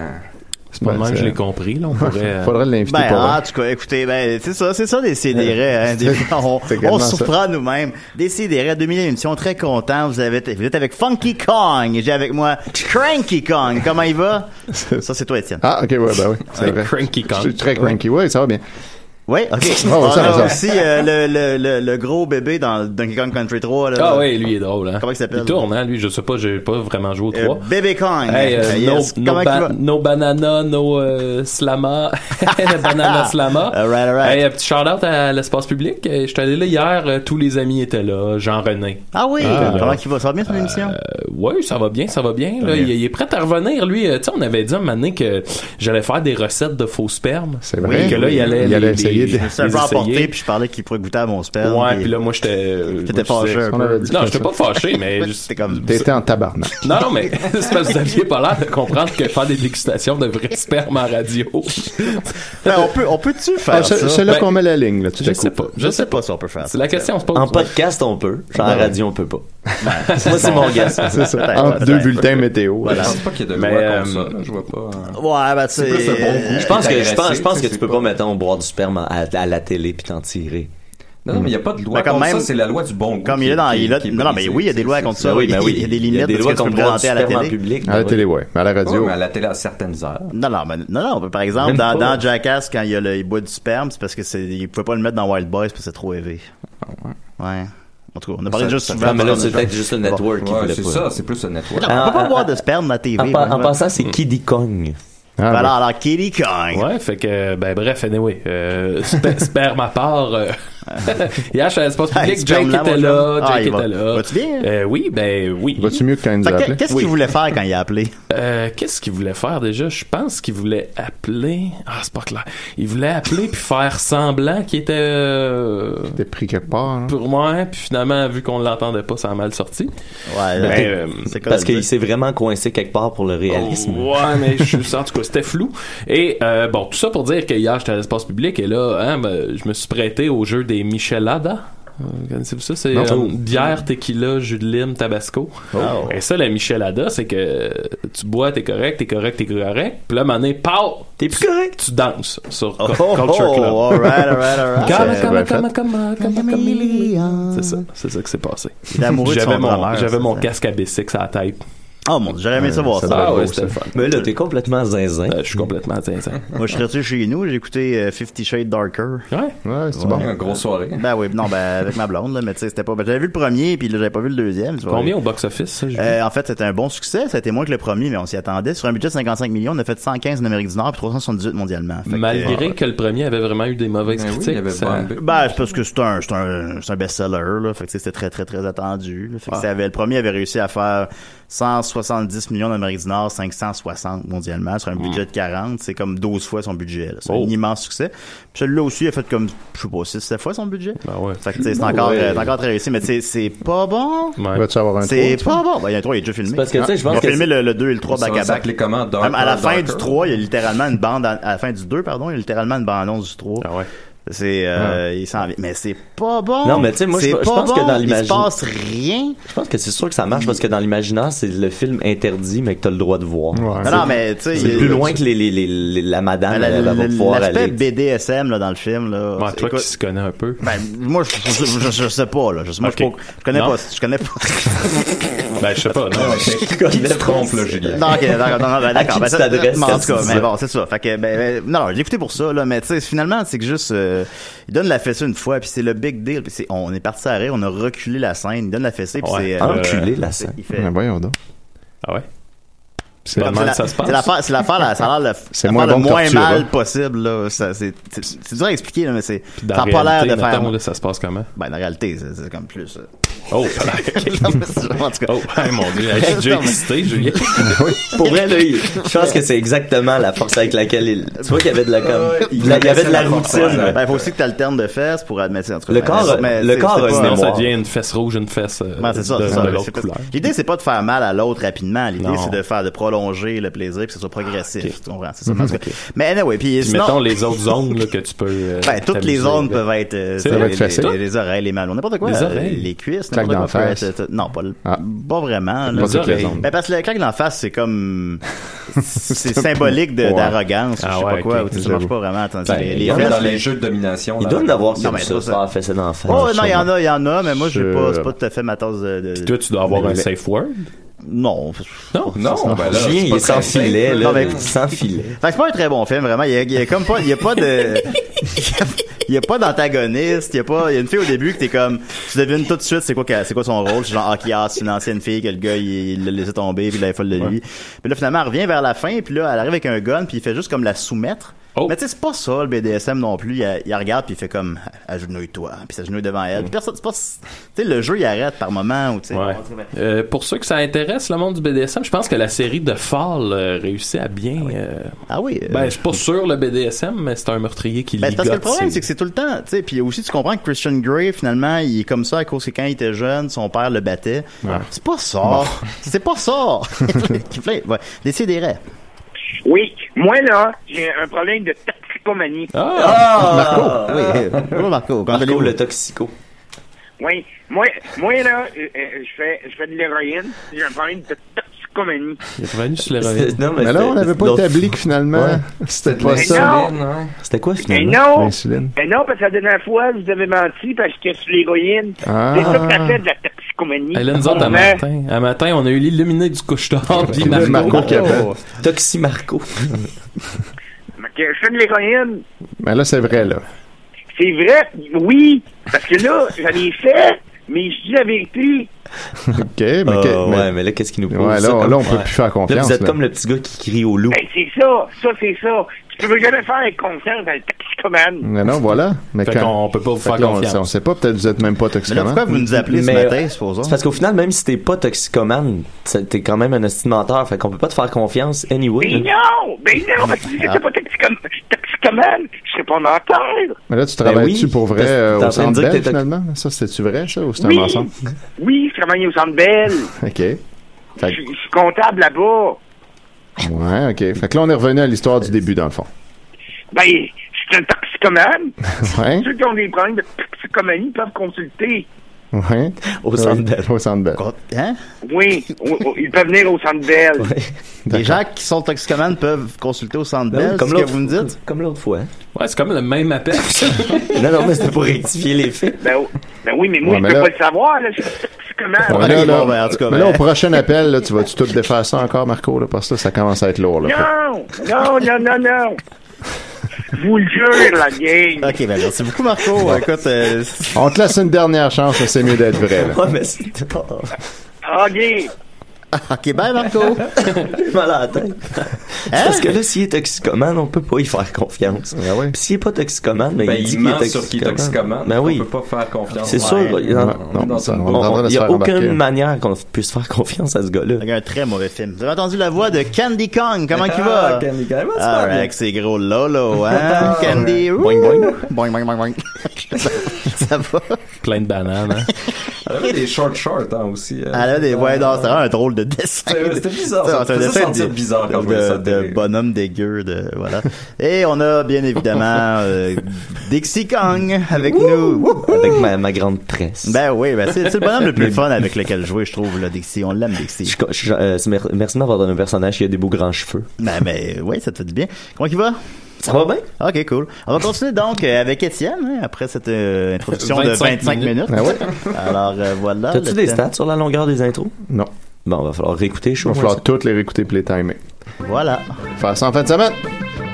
Speaker 8: C'est pas le
Speaker 7: Ouais,
Speaker 8: même,
Speaker 7: c'est-
Speaker 8: je l'ai compris. Là, on pourrait, euh,
Speaker 7: Faudrait l'inviter
Speaker 6: Ben,
Speaker 7: pour
Speaker 6: en tout cas, écoutez, ben, c'est ça, c'est ça, des CDR, hein, des fois, on,
Speaker 7: c'est
Speaker 6: on
Speaker 7: également
Speaker 6: se
Speaker 7: ça.
Speaker 6: surprend nous-mêmes. Des CDR, 2000 émissions, très content, vous, avez, vous êtes avec Funky Kong, et j'ai avec moi Cranky Kong, comment il va? Ça, c'est toi, Étienne.
Speaker 7: Ah ok ouais ben oui c'est
Speaker 8: Ouais,
Speaker 7: vrai.
Speaker 8: cranky
Speaker 7: Je suis
Speaker 8: Kong.
Speaker 7: très cranky ouais ça va bien.
Speaker 6: Oui, ok.
Speaker 7: Oh,
Speaker 6: on
Speaker 7: ça,
Speaker 6: a
Speaker 7: ça.
Speaker 6: aussi euh, le, le, le, le gros bébé dans Donkey Kong Country 3, là.
Speaker 8: Ah ouais, lui il est drôle. Hein?
Speaker 6: Comment il s'appelle?
Speaker 8: tourne, hein, lui, je sais pas, j'ai pas vraiment joué au
Speaker 6: Euh,
Speaker 8: 3.
Speaker 6: bébé Kong.
Speaker 8: Hey, euh,
Speaker 6: Yes.
Speaker 8: no, no,
Speaker 6: Comment il
Speaker 8: ba-
Speaker 6: va?
Speaker 8: no banana, no euh, slama, banana slama.
Speaker 6: All right, all right.
Speaker 8: Hey, euh, petit shout-out à l'espace public. Euh, J'étais allé là hier, euh, tous les amis étaient là. Jean-René.
Speaker 6: Ah oui,
Speaker 8: Ah,
Speaker 6: comment
Speaker 8: là.
Speaker 6: il va? Ça va bien, son émission?
Speaker 8: Oui, ça va bien, ça va bien. Là, il, il est prêt à revenir, lui. Euh, Tu sais, on avait dit à un moment donné que j'allais faire des recettes de faux sperme.
Speaker 7: C'est vrai.
Speaker 8: Et que là, il allait,
Speaker 7: Il
Speaker 8: les-
Speaker 7: allait
Speaker 8: les-
Speaker 7: essayer de-
Speaker 8: les
Speaker 7: Je me
Speaker 6: C'est un peu
Speaker 8: essayer.
Speaker 6: emporté, puis je parlais qu'il pourrait goûter à mon sperme.
Speaker 8: Ouais,
Speaker 6: puis-
Speaker 8: puis là, moi, j'étais. euh,
Speaker 6: T'étais
Speaker 8: moi,
Speaker 6: fâché
Speaker 8: je disais-
Speaker 6: un
Speaker 7: On
Speaker 6: peu.
Speaker 7: avait dit
Speaker 8: Non,
Speaker 7: comme
Speaker 8: j'étais
Speaker 7: ça.
Speaker 8: pas fâché, mais. juste-
Speaker 6: C'était comme...
Speaker 7: T'étais en tabarnak.
Speaker 8: Non, non, mais c'est parce que vous aviez pas l'air de comprendre que faire des dégustations de vrai sperme en radio.
Speaker 6: Ben, on peut, on peut-tu faire
Speaker 7: Ah,
Speaker 6: ça?
Speaker 7: c'est c'est là
Speaker 8: Ben,
Speaker 7: qu'on met la ligne là. Tu
Speaker 8: je
Speaker 7: t'écoutes.
Speaker 8: sais pas. Je sais pas.
Speaker 6: si on peut faire
Speaker 8: C'est la question, on se pose.
Speaker 4: En podcast, on peut. Genre, en
Speaker 7: Ouais.
Speaker 4: radio, on peut pas. Moi, c'est mon gars.
Speaker 7: C'est ça.
Speaker 6: Peut-être,
Speaker 7: Entre deux
Speaker 6: peut-être.
Speaker 7: bulletins météo.
Speaker 9: Je
Speaker 6: Voilà.
Speaker 9: pense pas qu'il y ait de
Speaker 8: Mais,
Speaker 9: loi
Speaker 8: euh,
Speaker 9: contre ça. là. Je vois pas... euh.
Speaker 6: Ouais, ben, c'est.
Speaker 9: plus le bon goût.
Speaker 4: Je pense que, je
Speaker 9: T'es
Speaker 4: pense,
Speaker 9: agressé,
Speaker 4: je pense que
Speaker 9: tu sais,
Speaker 4: tu peux
Speaker 9: c'est
Speaker 4: pas,
Speaker 9: pas-
Speaker 4: mettons, boire du sperme à, à la télé puis t'en tirer.
Speaker 9: Non, non, mais il n'y a pas de loi
Speaker 6: Ben, quand
Speaker 9: contre
Speaker 6: même-
Speaker 9: ça, c'est la loi du bon goût.
Speaker 6: Comme il est
Speaker 9: qui-
Speaker 6: dans.
Speaker 9: qui-
Speaker 6: Il a,
Speaker 9: qui est
Speaker 6: non, non, mais
Speaker 9: brisée,
Speaker 6: oui, il y a des
Speaker 9: c'est-
Speaker 6: lois
Speaker 9: c'est-
Speaker 6: contre
Speaker 9: c'est-
Speaker 6: ça.
Speaker 4: Ben
Speaker 6: Il y a- il y a des limites de ce que tu peux
Speaker 4: boire du
Speaker 6: présenter à la
Speaker 4: sperme en
Speaker 6: télé.
Speaker 4: public.
Speaker 7: À la
Speaker 4: oui.
Speaker 7: télé ouais. Mais à la radio.
Speaker 9: Ouais, mais à la télé à certaines heures.
Speaker 6: Non, non, mais, non, non, par exemple,
Speaker 4: Même
Speaker 6: dans,
Speaker 4: pas.
Speaker 6: dans Jackass, quand il, y a le, il boit du sperme, c'est parce que c'est, il pouvait pas le mettre dans Wild Boys parce que c'est trop élevé.
Speaker 7: Ah,
Speaker 6: Ouais. En tout cas, on a parlé
Speaker 9: Ça-
Speaker 6: juste
Speaker 9: ça-
Speaker 6: souvent.
Speaker 4: Non, mais là,
Speaker 6: de-
Speaker 4: c'est peut-être juste le network qui
Speaker 9: Ouais,
Speaker 4: voulait
Speaker 9: c'est
Speaker 4: pas.
Speaker 9: ça, c'est plus un network.
Speaker 6: Non, on peut
Speaker 4: Ah,
Speaker 6: pas
Speaker 4: ah,
Speaker 6: boire de sperme à TV.
Speaker 4: En, pa- en
Speaker 6: ouais.
Speaker 4: passant, c'est Kiddy Kong.
Speaker 7: Ah,
Speaker 6: Voilà, alors, Kitty Kong.
Speaker 8: ben. Ouais, fait que, ben bref, anyway, euh, spe- sperme à part. euh, Hier, je suis à l'espace
Speaker 6: Hey,
Speaker 8: public,
Speaker 6: sperme
Speaker 8: Jake
Speaker 6: là, mon
Speaker 8: était
Speaker 6: chum.
Speaker 8: là,
Speaker 6: Ah,
Speaker 8: Jake
Speaker 6: il va-
Speaker 8: était là.
Speaker 6: va-tu bien?
Speaker 8: Euh, oui, ben oui.
Speaker 7: ben, Vas-tu mieux que quand il nous
Speaker 6: Fait que,
Speaker 7: appelait?
Speaker 6: qu'est-ce
Speaker 8: Oui.
Speaker 6: qu'il voulait faire quand il a appelé?
Speaker 8: Euh, Qu'est-ce qu'il voulait faire déjà? Je pense qu'il voulait appeler. Ah, c'est pas clair. Il voulait appeler puis faire semblant qu'il était euh,
Speaker 7: T'es pris quelque part. hein?
Speaker 8: pour moi, puis finalement, vu qu'on l'entendait pas, ça a mal sorti.
Speaker 6: Ouais,
Speaker 8: Ben,
Speaker 6: ouais.
Speaker 8: euh,
Speaker 6: c'est quoi
Speaker 4: Parce
Speaker 6: le-
Speaker 4: qu'il s'est vraiment coincé quelque part pour le réalisme.
Speaker 8: Oh, ouais, mais je suis en tout cas, c'était flou. Et euh, bon, tout ça pour dire que hier, j'étais à l'espace public et là, hein, ben, je me suis prêté au jeu des Michelada. Euh, Connaissez-vous ça? C'est
Speaker 7: Non.
Speaker 8: euh,
Speaker 7: Oh.
Speaker 8: bière, tequila, jus de lime, tabasco.
Speaker 6: Oh.
Speaker 8: Et ça, la Michelada, c'est que tu bois, t'es correct, t'es correct, t'es correct. Puis là, mané, pow!
Speaker 4: T'es plus correct.
Speaker 8: Tu danses sur
Speaker 6: Oh,
Speaker 8: Co-
Speaker 6: oh,
Speaker 8: Culture Club.
Speaker 6: oh, alright, alright, alright.
Speaker 8: Come,
Speaker 7: c'est
Speaker 8: come,
Speaker 7: bien
Speaker 8: come,
Speaker 7: fait.
Speaker 8: come, come, come, come. C'est ça, c'est ça que c'est passé.
Speaker 6: Il est amoureux de son
Speaker 8: J'avais mon,
Speaker 6: drummer,
Speaker 8: j'avais
Speaker 6: c'est
Speaker 8: mon
Speaker 6: ça.
Speaker 8: casque à B6 à la tête.
Speaker 6: Oh mon dieu, j'aurais
Speaker 4: Euh,
Speaker 6: aimé ça voir
Speaker 7: ça
Speaker 6: ça.
Speaker 7: doit être
Speaker 8: Ah
Speaker 7: beau,
Speaker 8: ouais, c'était
Speaker 7: ça.
Speaker 8: le fun.
Speaker 4: Mais là, t'es complètement zinzin.
Speaker 8: Euh, Je suis complètement zinzin.
Speaker 6: Moi, je suis resté chez nous, j'ai écouté euh, Fifty Shades Darker.
Speaker 8: Ouais.
Speaker 7: Ouais, c'est bon.
Speaker 9: Une grosse soirée.
Speaker 6: Ben oui, non, ben avec ma blonde, là, mais tu sais, c'était pas. ben, j'avais vu le premier, puis là, j'avais pas vu le deuxième. tu vois.
Speaker 8: Combien au box-office, ça, j'ai vu?
Speaker 6: Euh, en fait, c'était un bon succès. C'était moins que le premier, mais on s'y attendait. Sur un budget de 55 millions, on a fait 115 en Amérique du Nord puis 378 mondialement. Fait que,
Speaker 8: Malgré
Speaker 6: euh,
Speaker 8: que le premier avait vraiment eu des mauvaises
Speaker 9: Ben oui, il y
Speaker 8: critiques.
Speaker 9: avait
Speaker 8: ça-
Speaker 9: Bombay.
Speaker 6: ben, c'est parce que c'est un, c'est un, c'est un best-seller, là. Fait que tu sais, c'était très, très, très attendu. là. Fait
Speaker 8: Ah.
Speaker 6: que ça avait, le premier avait réussi à faire 170 millions en Amérique du Nord, 560 mondialement, sur un budget de 40. C'est comme 12 fois son budget, là. C'est
Speaker 8: Hmm. Oh.
Speaker 6: un immense succès. Puis celui-là aussi, il a fait comme, je sais pas, 6, 7 fois son budget.
Speaker 8: Ben ouais.
Speaker 6: Fait que tu sais, c'est encore,
Speaker 4: Ouais.
Speaker 6: euh, c'est encore très réussi, mais tu sais, c'est pas bon.
Speaker 8: Ouais.
Speaker 7: Vas-tu avoir un
Speaker 6: C'est
Speaker 7: trou,
Speaker 6: pas bon. Ben, il y a un 3, il est déjà filmé.
Speaker 4: Parce que, tu sais, je
Speaker 6: Ils ont
Speaker 4: pense que.
Speaker 6: filmé le, 2 et le 3
Speaker 9: Ça
Speaker 6: back à back.
Speaker 9: s'appelait comment? Darker,
Speaker 6: Même à la fin
Speaker 9: Darker?
Speaker 6: du 3, il y a littéralement une bande, à, à la fin du 2, pardon, il y a littéralement une bande annonce du 3.
Speaker 8: Ah ouais.
Speaker 6: C'est, euh, il s'en vient. Mais c'est pas bon.
Speaker 4: Non, mais tu sais, moi, je
Speaker 6: C'est
Speaker 4: je
Speaker 6: pas
Speaker 4: pense que
Speaker 6: bon.
Speaker 4: dans
Speaker 6: Il se
Speaker 4: l'imaginaire.
Speaker 6: passe rien.
Speaker 4: Je pense que c'est sûr que ça marche parce que dans l'imaginaire, c'est le film interdit, mais que t'as le droit de voir.
Speaker 6: Non, non, mais tu sais, il-
Speaker 4: C'est plus loin que les, les, les, les- la madame,
Speaker 6: Ben, La-
Speaker 4: elle,
Speaker 6: la-
Speaker 4: euh, ben, va pouvoir
Speaker 6: L'aspect
Speaker 4: aller.
Speaker 6: BDSM là, dans le film. Là,
Speaker 8: Ouais, toi
Speaker 6: écoute,
Speaker 8: qui se connais un peu.
Speaker 6: ben, moi, je, je, je- je sais pas. Là. Je, moi, je-
Speaker 8: Ok.
Speaker 6: je, connais
Speaker 8: Non.
Speaker 6: pas. Je connais pas.
Speaker 8: Ben, je sais pas, non.
Speaker 9: Qui te trompe, là, Julien?
Speaker 6: Non, ok, d'accord, non, non, ben,
Speaker 4: À
Speaker 6: d'accord.
Speaker 4: qui
Speaker 6: ben,
Speaker 4: tu
Speaker 6: ça-
Speaker 4: t'adresses
Speaker 6: mais
Speaker 4: quand
Speaker 6: En
Speaker 4: tu
Speaker 6: tout cas,
Speaker 4: dis
Speaker 6: mais
Speaker 4: ça?
Speaker 6: bon, c'est ça. Fait que, ben, ben, non, non, j'ai écouté pour ça, là, mais tu sais, finalement, c'est que juste, euh, il donne la fessée une fois, puis c'est le big deal, puis c'est, on est parti à rire, on a reculé la scène, il donne la fessée, puis
Speaker 8: Ouais.
Speaker 6: c'est, euh,
Speaker 8: Ah,
Speaker 4: Enculé, la scène.
Speaker 6: il fait,
Speaker 7: Ben, voyons donc.
Speaker 8: Ah ouais? C'est
Speaker 6: comme
Speaker 8: vraiment
Speaker 6: c'est
Speaker 8: que
Speaker 6: Ah, la-
Speaker 8: ça se
Speaker 6: C'est
Speaker 8: passe.
Speaker 6: l'affaire, c'est l'affaire, la- ça a l'air le,
Speaker 7: C'est
Speaker 6: l'affaire
Speaker 7: moins
Speaker 6: le
Speaker 7: bon que
Speaker 6: moins
Speaker 7: Tortura.
Speaker 6: mal possible, là. Ça, c'est, c'est, c'est dur à expliquer, là, mais c'est,
Speaker 8: hein. Puis dans
Speaker 6: t'as pas l'air de
Speaker 8: réalité,
Speaker 6: faire.
Speaker 8: mettons, là, ça se passe comment?
Speaker 6: Ben, la réalité, c'est, c'est comme plus. euh,
Speaker 8: Oh, ça a l'air-
Speaker 6: non, mais c'est- en tout cas.
Speaker 8: Oh, hey, mon dieu, hey, j'ai déjà excité, Julien.
Speaker 4: Pour vrai, là, il- je pense que c'est exactement la force avec laquelle il. Tu vois qu'il y avait de la com- Il y avait de la routine.
Speaker 6: Ben, faut aussi que t'alternes de fesses pour admettre, en tout cas.
Speaker 4: Le
Speaker 6: ben,
Speaker 4: corps,
Speaker 6: mais
Speaker 4: le
Speaker 6: c'est-
Speaker 4: corps
Speaker 6: c'est
Speaker 4: a une
Speaker 6: pas-
Speaker 8: Sinon, ça
Speaker 4: mémoire.
Speaker 8: devient une fesse rouge, une fesse euh,
Speaker 6: Ouais, c'est ça,
Speaker 8: de,
Speaker 6: c'est ça.
Speaker 8: de
Speaker 6: C'est
Speaker 8: l'autre
Speaker 6: pas-
Speaker 8: couleur.
Speaker 6: L'idée, c'est pas de faire mal à l'autre rapidement. L'idée,
Speaker 8: Non. Ah,
Speaker 6: c'est de faire, de prolonger le plaisir, puis que ce soit progressif. Tu comprends? C'est ça. En tout cas. Mais anyway, puis
Speaker 8: Mhm. Puis
Speaker 6: sinon-
Speaker 8: mettons les autres zones là, que tu peux. euh,
Speaker 6: Ben, toutes les
Speaker 8: t'amuser,
Speaker 6: zones
Speaker 8: là.
Speaker 6: peuvent être, euh,
Speaker 8: C'est
Speaker 6: les-
Speaker 8: vrai.
Speaker 7: être fessé.
Speaker 6: les, les oreilles, les malons, n'importe quoi.
Speaker 8: Les
Speaker 6: euh,
Speaker 8: oreilles.
Speaker 6: les cuisses,
Speaker 7: Claque
Speaker 6: n'importe
Speaker 7: d'en
Speaker 6: quoi. peut
Speaker 7: face.
Speaker 6: être- non, pas, le-
Speaker 7: Ah.
Speaker 6: pas vraiment. là.
Speaker 7: Pas toutes les
Speaker 8: oreilles.
Speaker 7: zones.
Speaker 6: Ben, parce que le claque d'en face, c'est comme, c'est symbolique de-
Speaker 7: Ouais.
Speaker 6: d'arrogance,
Speaker 8: Ah
Speaker 6: je sais
Speaker 8: ouais,
Speaker 6: pas quoi,
Speaker 8: ok.
Speaker 6: ou tu sais, ça marche
Speaker 7: J'avoue.
Speaker 6: pas vraiment, tandis
Speaker 4: Ben,
Speaker 6: que les,
Speaker 4: il
Speaker 6: les
Speaker 4: y en a
Speaker 6: fesses,
Speaker 9: Dans
Speaker 6: les-
Speaker 9: les jeux de domination.
Speaker 4: Il
Speaker 9: là,
Speaker 4: doit en avoir
Speaker 6: Non,
Speaker 4: comme
Speaker 6: mais
Speaker 4: ça,
Speaker 6: pas ça.
Speaker 4: ça a fait ça d'enfant.
Speaker 6: Oh, non, il y en a, il y en a, mais moi, j'ai
Speaker 7: Je-
Speaker 6: pas, c'est pas tout à fait ma tasse de, de-
Speaker 8: Toi, tu dois avoir
Speaker 6: Mais-
Speaker 8: un safe word.
Speaker 6: Non.
Speaker 8: Non?
Speaker 9: Non, ben là,
Speaker 4: Julien,
Speaker 9: c'est
Speaker 4: il
Speaker 9: pas
Speaker 4: est sans
Speaker 9: très simple,
Speaker 4: filet,
Speaker 9: là.
Speaker 4: là.
Speaker 9: Non, mais-
Speaker 4: il est Sans
Speaker 6: Fait
Speaker 4: filet.
Speaker 6: que c'est pas un très bon film, vraiment. Il y a, il y a comme pas, il y a pas de, il y a pas d'antagoniste, il y a pas, il y a une fille au début que t'es comme, tu devines tout de suite c'est quoi, qu'elle- c'est quoi son rôle, c'est genre, ah, qui a, c'est une ancienne fille que le gars, il il l'a laissé tomber, puis il est folle de lui. Puis là, finalement, elle revient vers la fin, puis là, elle arrive avec un gun, puis il fait juste comme la soumettre.
Speaker 8: Oh.
Speaker 6: Mais tu sais, c'est pas ça, le BDSM non plus. Il, la- il la regarde, puis il fait comme, agenouille-toi, puis s'agenouille devant elle. Puis personne, c'est pas, tu sais, le jeu, il arrête par moment, ou tu sais.
Speaker 8: Ouais. Euh, pour ceux que ça intéresse, le monde du BDSM, je pense que la série de Fall euh, réussit à bien. euh,
Speaker 6: Ah oui. euh,
Speaker 8: ben, je suis pas sûr le BDSM, mais c'est un meurtrier qui
Speaker 6: Ben, c'est parce que le
Speaker 8: ligote
Speaker 6: problème,
Speaker 8: ses-
Speaker 6: c'est que c'est tout le temps, tu sais, puis aussi tu comprends que Christian Grey, finalement, il est comme ça à cause que quand il était jeune, son père le battait. C'est pas ça. C'est pas ça. Qui plaît. Ouais. Décidérez.
Speaker 10: Oui, moi là, j'ai un problème de toxicomanie.
Speaker 8: Ah!
Speaker 4: Ah,
Speaker 6: Oui. Bonjour, Marco. Comment
Speaker 4: Marco,
Speaker 6: allez-vous?
Speaker 4: le toxico.
Speaker 10: Oui, moi, moi là, euh, euh, je fais, je fais de l'héroïne. J'ai un problème de toxicomanie.
Speaker 8: Il est revenu sur l'héroïne.
Speaker 4: Non,
Speaker 7: Mais là, on
Speaker 4: c'était-
Speaker 7: n'avait pas
Speaker 4: donc,
Speaker 7: établi que finalement,
Speaker 4: Ouais.
Speaker 7: c'était pas
Speaker 10: Mais
Speaker 7: ça.
Speaker 10: non,
Speaker 7: hein?
Speaker 4: C'était quoi
Speaker 10: mais
Speaker 4: finalement?
Speaker 10: non,
Speaker 7: L'insuline.
Speaker 10: mais non, parce que la dernière fois, vous avez menti parce que je suis l'héroïne. C'est ça que t'as fait de la toxicomanie.
Speaker 8: Elle là, nous autres, à
Speaker 10: Mais-
Speaker 8: matin, à matin, on a eu l'illuminé du couche tard puis
Speaker 7: Puis le
Speaker 8: Marco.
Speaker 7: Marco qui appelle.
Speaker 4: Toxi Marco.
Speaker 10: mais que Je fais de l'héroïne.
Speaker 7: Mais là, c'est vrai, là.
Speaker 10: C'est vrai, oui, parce que là, j'en ai fait, mais je dis la vérité.
Speaker 7: OK, mais...
Speaker 4: Ah,
Speaker 7: que- mais-
Speaker 4: Ouais, mais là, qu'est-ce qu'il nous pose?
Speaker 7: Ouais,
Speaker 4: ça,
Speaker 7: là,
Speaker 4: comme-
Speaker 7: là, on peut
Speaker 4: Ouais.
Speaker 7: plus faire
Speaker 4: Là,
Speaker 7: confiance.
Speaker 4: vous êtes
Speaker 7: là.
Speaker 4: comme le petit gars qui crie au loup.
Speaker 10: Ben, c'est ça, ça c'est ça. Tu peux jamais faire confiance à la toxicomane.
Speaker 7: Mais non, voilà. Mais
Speaker 8: Fait
Speaker 7: quand...
Speaker 8: qu'on peut pas vous
Speaker 7: Fait
Speaker 8: faire
Speaker 7: que là, on, on
Speaker 8: confiance.
Speaker 7: sait pas, peut-être que vous êtes même pas
Speaker 6: Mais là,
Speaker 7: toxicomane.
Speaker 6: pourquoi vous nous appelez ce
Speaker 4: Mais-
Speaker 6: matin, supposons?
Speaker 4: C'est parce qu'au final, même si t'es pas toxicomane, t'sais, t'es quand même un estimateur, fait qu'on peut pas te faire confiance anyway.
Speaker 10: Mais
Speaker 4: là.
Speaker 10: non! Mais non! Parce que si j'étais pas toxicom- toxicomane, je serais pas menteur!
Speaker 7: Mais là, tu
Speaker 4: Ben
Speaker 7: travailles-tu
Speaker 4: oui,
Speaker 7: pour vrai
Speaker 4: parce que
Speaker 7: euh,
Speaker 4: t'es
Speaker 7: au
Speaker 4: en train de
Speaker 7: centre
Speaker 4: dire que
Speaker 7: Bell,
Speaker 4: t'es-
Speaker 7: finalement? Ça, c'était-tu vrai, ça, ou c'est un
Speaker 10: Oui.
Speaker 7: mensonge?
Speaker 10: Oui, je travaille au Centre Bell.
Speaker 7: OK. Fait
Speaker 10: Je
Speaker 7: que-
Speaker 10: je suis comptable là-bas.
Speaker 7: ouais, OK. Fait que là, on est revenu à l'histoire du début, dans le fond.
Speaker 10: Ben, je suis un toxicomane.
Speaker 7: Ouais,
Speaker 10: Ceux qui ont des problèmes de toxicomanie peuvent consulter.
Speaker 7: ouais.
Speaker 4: Au centre
Speaker 7: Oui,
Speaker 4: Bell.
Speaker 7: Au centre Bell.
Speaker 6: Hein?
Speaker 10: Oui, o- o- ils peuvent venir au Centre Bell.
Speaker 6: Les gens qui sont toxicomanes peuvent consulter au centre Bell, c'est ce que vous me dites?
Speaker 4: Ben Comme l'autre fois.
Speaker 8: Ouais, c'est comme le même appel.
Speaker 4: non, non, mais c'était pour rectifier les faits.
Speaker 10: Ben, o- ben oui, mais moi,
Speaker 7: Ouais, mais
Speaker 10: je peux
Speaker 7: là-
Speaker 10: pas le savoir. Là. Je suis toxicomane.
Speaker 7: Ouais,
Speaker 6: Ok,
Speaker 7: là, là,
Speaker 6: bon, ben, en tout cas,
Speaker 7: mais là,
Speaker 6: ben-
Speaker 7: au prochain appel, là, tu vas-tu tout défaire ça encore, Marco? Là, parce que là, ça commence à être lourd. Là.
Speaker 10: Non! Non, non, non, non! Je vous le jure, la gang!
Speaker 6: Ok, ben merci beaucoup Marco. Écoute, euh,
Speaker 7: On te laisse une dernière chance, mais c'est mieux d'être vrai. Là.
Speaker 4: Ouais, mais c'est
Speaker 10: OK!
Speaker 6: ok, bye Marco. Hein?
Speaker 4: mal à la tête. C'est Parce que là, s'il est toxicomane, on peut pas y faire confiance.
Speaker 6: Ben
Speaker 7: Ah ouais.
Speaker 4: Puis s'il est pas toxicomane, ben,
Speaker 9: Ben,
Speaker 4: il dit
Speaker 9: il
Speaker 4: qu'il est
Speaker 9: ment sur qui est
Speaker 4: toxicomane.
Speaker 9: toxicomane.
Speaker 4: Ben oui.
Speaker 9: On peut pas faire confiance.
Speaker 4: C'est sûr, il y a-
Speaker 7: Non, non,
Speaker 9: dans
Speaker 7: ça,
Speaker 9: une-
Speaker 7: on est en train
Speaker 4: on-
Speaker 7: de
Speaker 4: il
Speaker 7: se
Speaker 4: y a
Speaker 7: faire embarquer.
Speaker 4: aucune manière qu'on puisse faire confiance à ce gars-là.
Speaker 6: Avec un très mauvais film. Vous avez entendu la voix de Candy Kong. Comment tu vas? Ah, avec ses gros lolo, hein? Candy. ouh.
Speaker 4: Boing, boing.
Speaker 6: Boing, boing, boing, boing. ça, ça va?
Speaker 8: Plein de bananes, hein.
Speaker 9: Elle avait des short shorts hein, aussi. euh.
Speaker 6: Elle avait des. Ouais, non, c'était vraiment un drôle de dessin.
Speaker 9: C'était- c'était bizarre, ça
Speaker 6: C'était un
Speaker 9: me faisait
Speaker 6: dessin
Speaker 9: sentir
Speaker 6: de-
Speaker 9: bizarre quand je
Speaker 6: de-
Speaker 9: voyais ça,
Speaker 6: De bonhomme dégueu, de. Voilà. Et on a bien évidemment euh, Dixie Kong avec nous. Avec ma, grande tresse. Ben oui, ben c'est c'est le bonhomme le plus
Speaker 4: Mais-
Speaker 6: fun avec lequel jouer, je trouve, là, Dixie. On l'aime, Dixie.
Speaker 4: Je- je- euh, c'est mer- merci de m'avoir donné un personnage qui a des beaux grands cheveux.
Speaker 6: Ben, ben oui, ça te fait du bien. Comment il va? Ça va bien? Ok, cool. On va continuer donc euh, avec Étienne, hein, après cette euh, introduction de
Speaker 4: 25
Speaker 6: 25 minutes.
Speaker 4: minutes. Ben ouais.
Speaker 6: Alors euh,
Speaker 7: Ah,
Speaker 6: voilà.
Speaker 4: T'as-tu
Speaker 6: le
Speaker 4: des
Speaker 6: temps.
Speaker 4: stats sur la longueur des intros?
Speaker 7: Non.
Speaker 4: Bon, va falloir réécouter, je
Speaker 7: Il va
Speaker 4: crois,
Speaker 7: falloir
Speaker 4: ça.
Speaker 7: toutes les réécouter et les timer.
Speaker 6: Voilà.
Speaker 7: Faire ça en fin de semaine.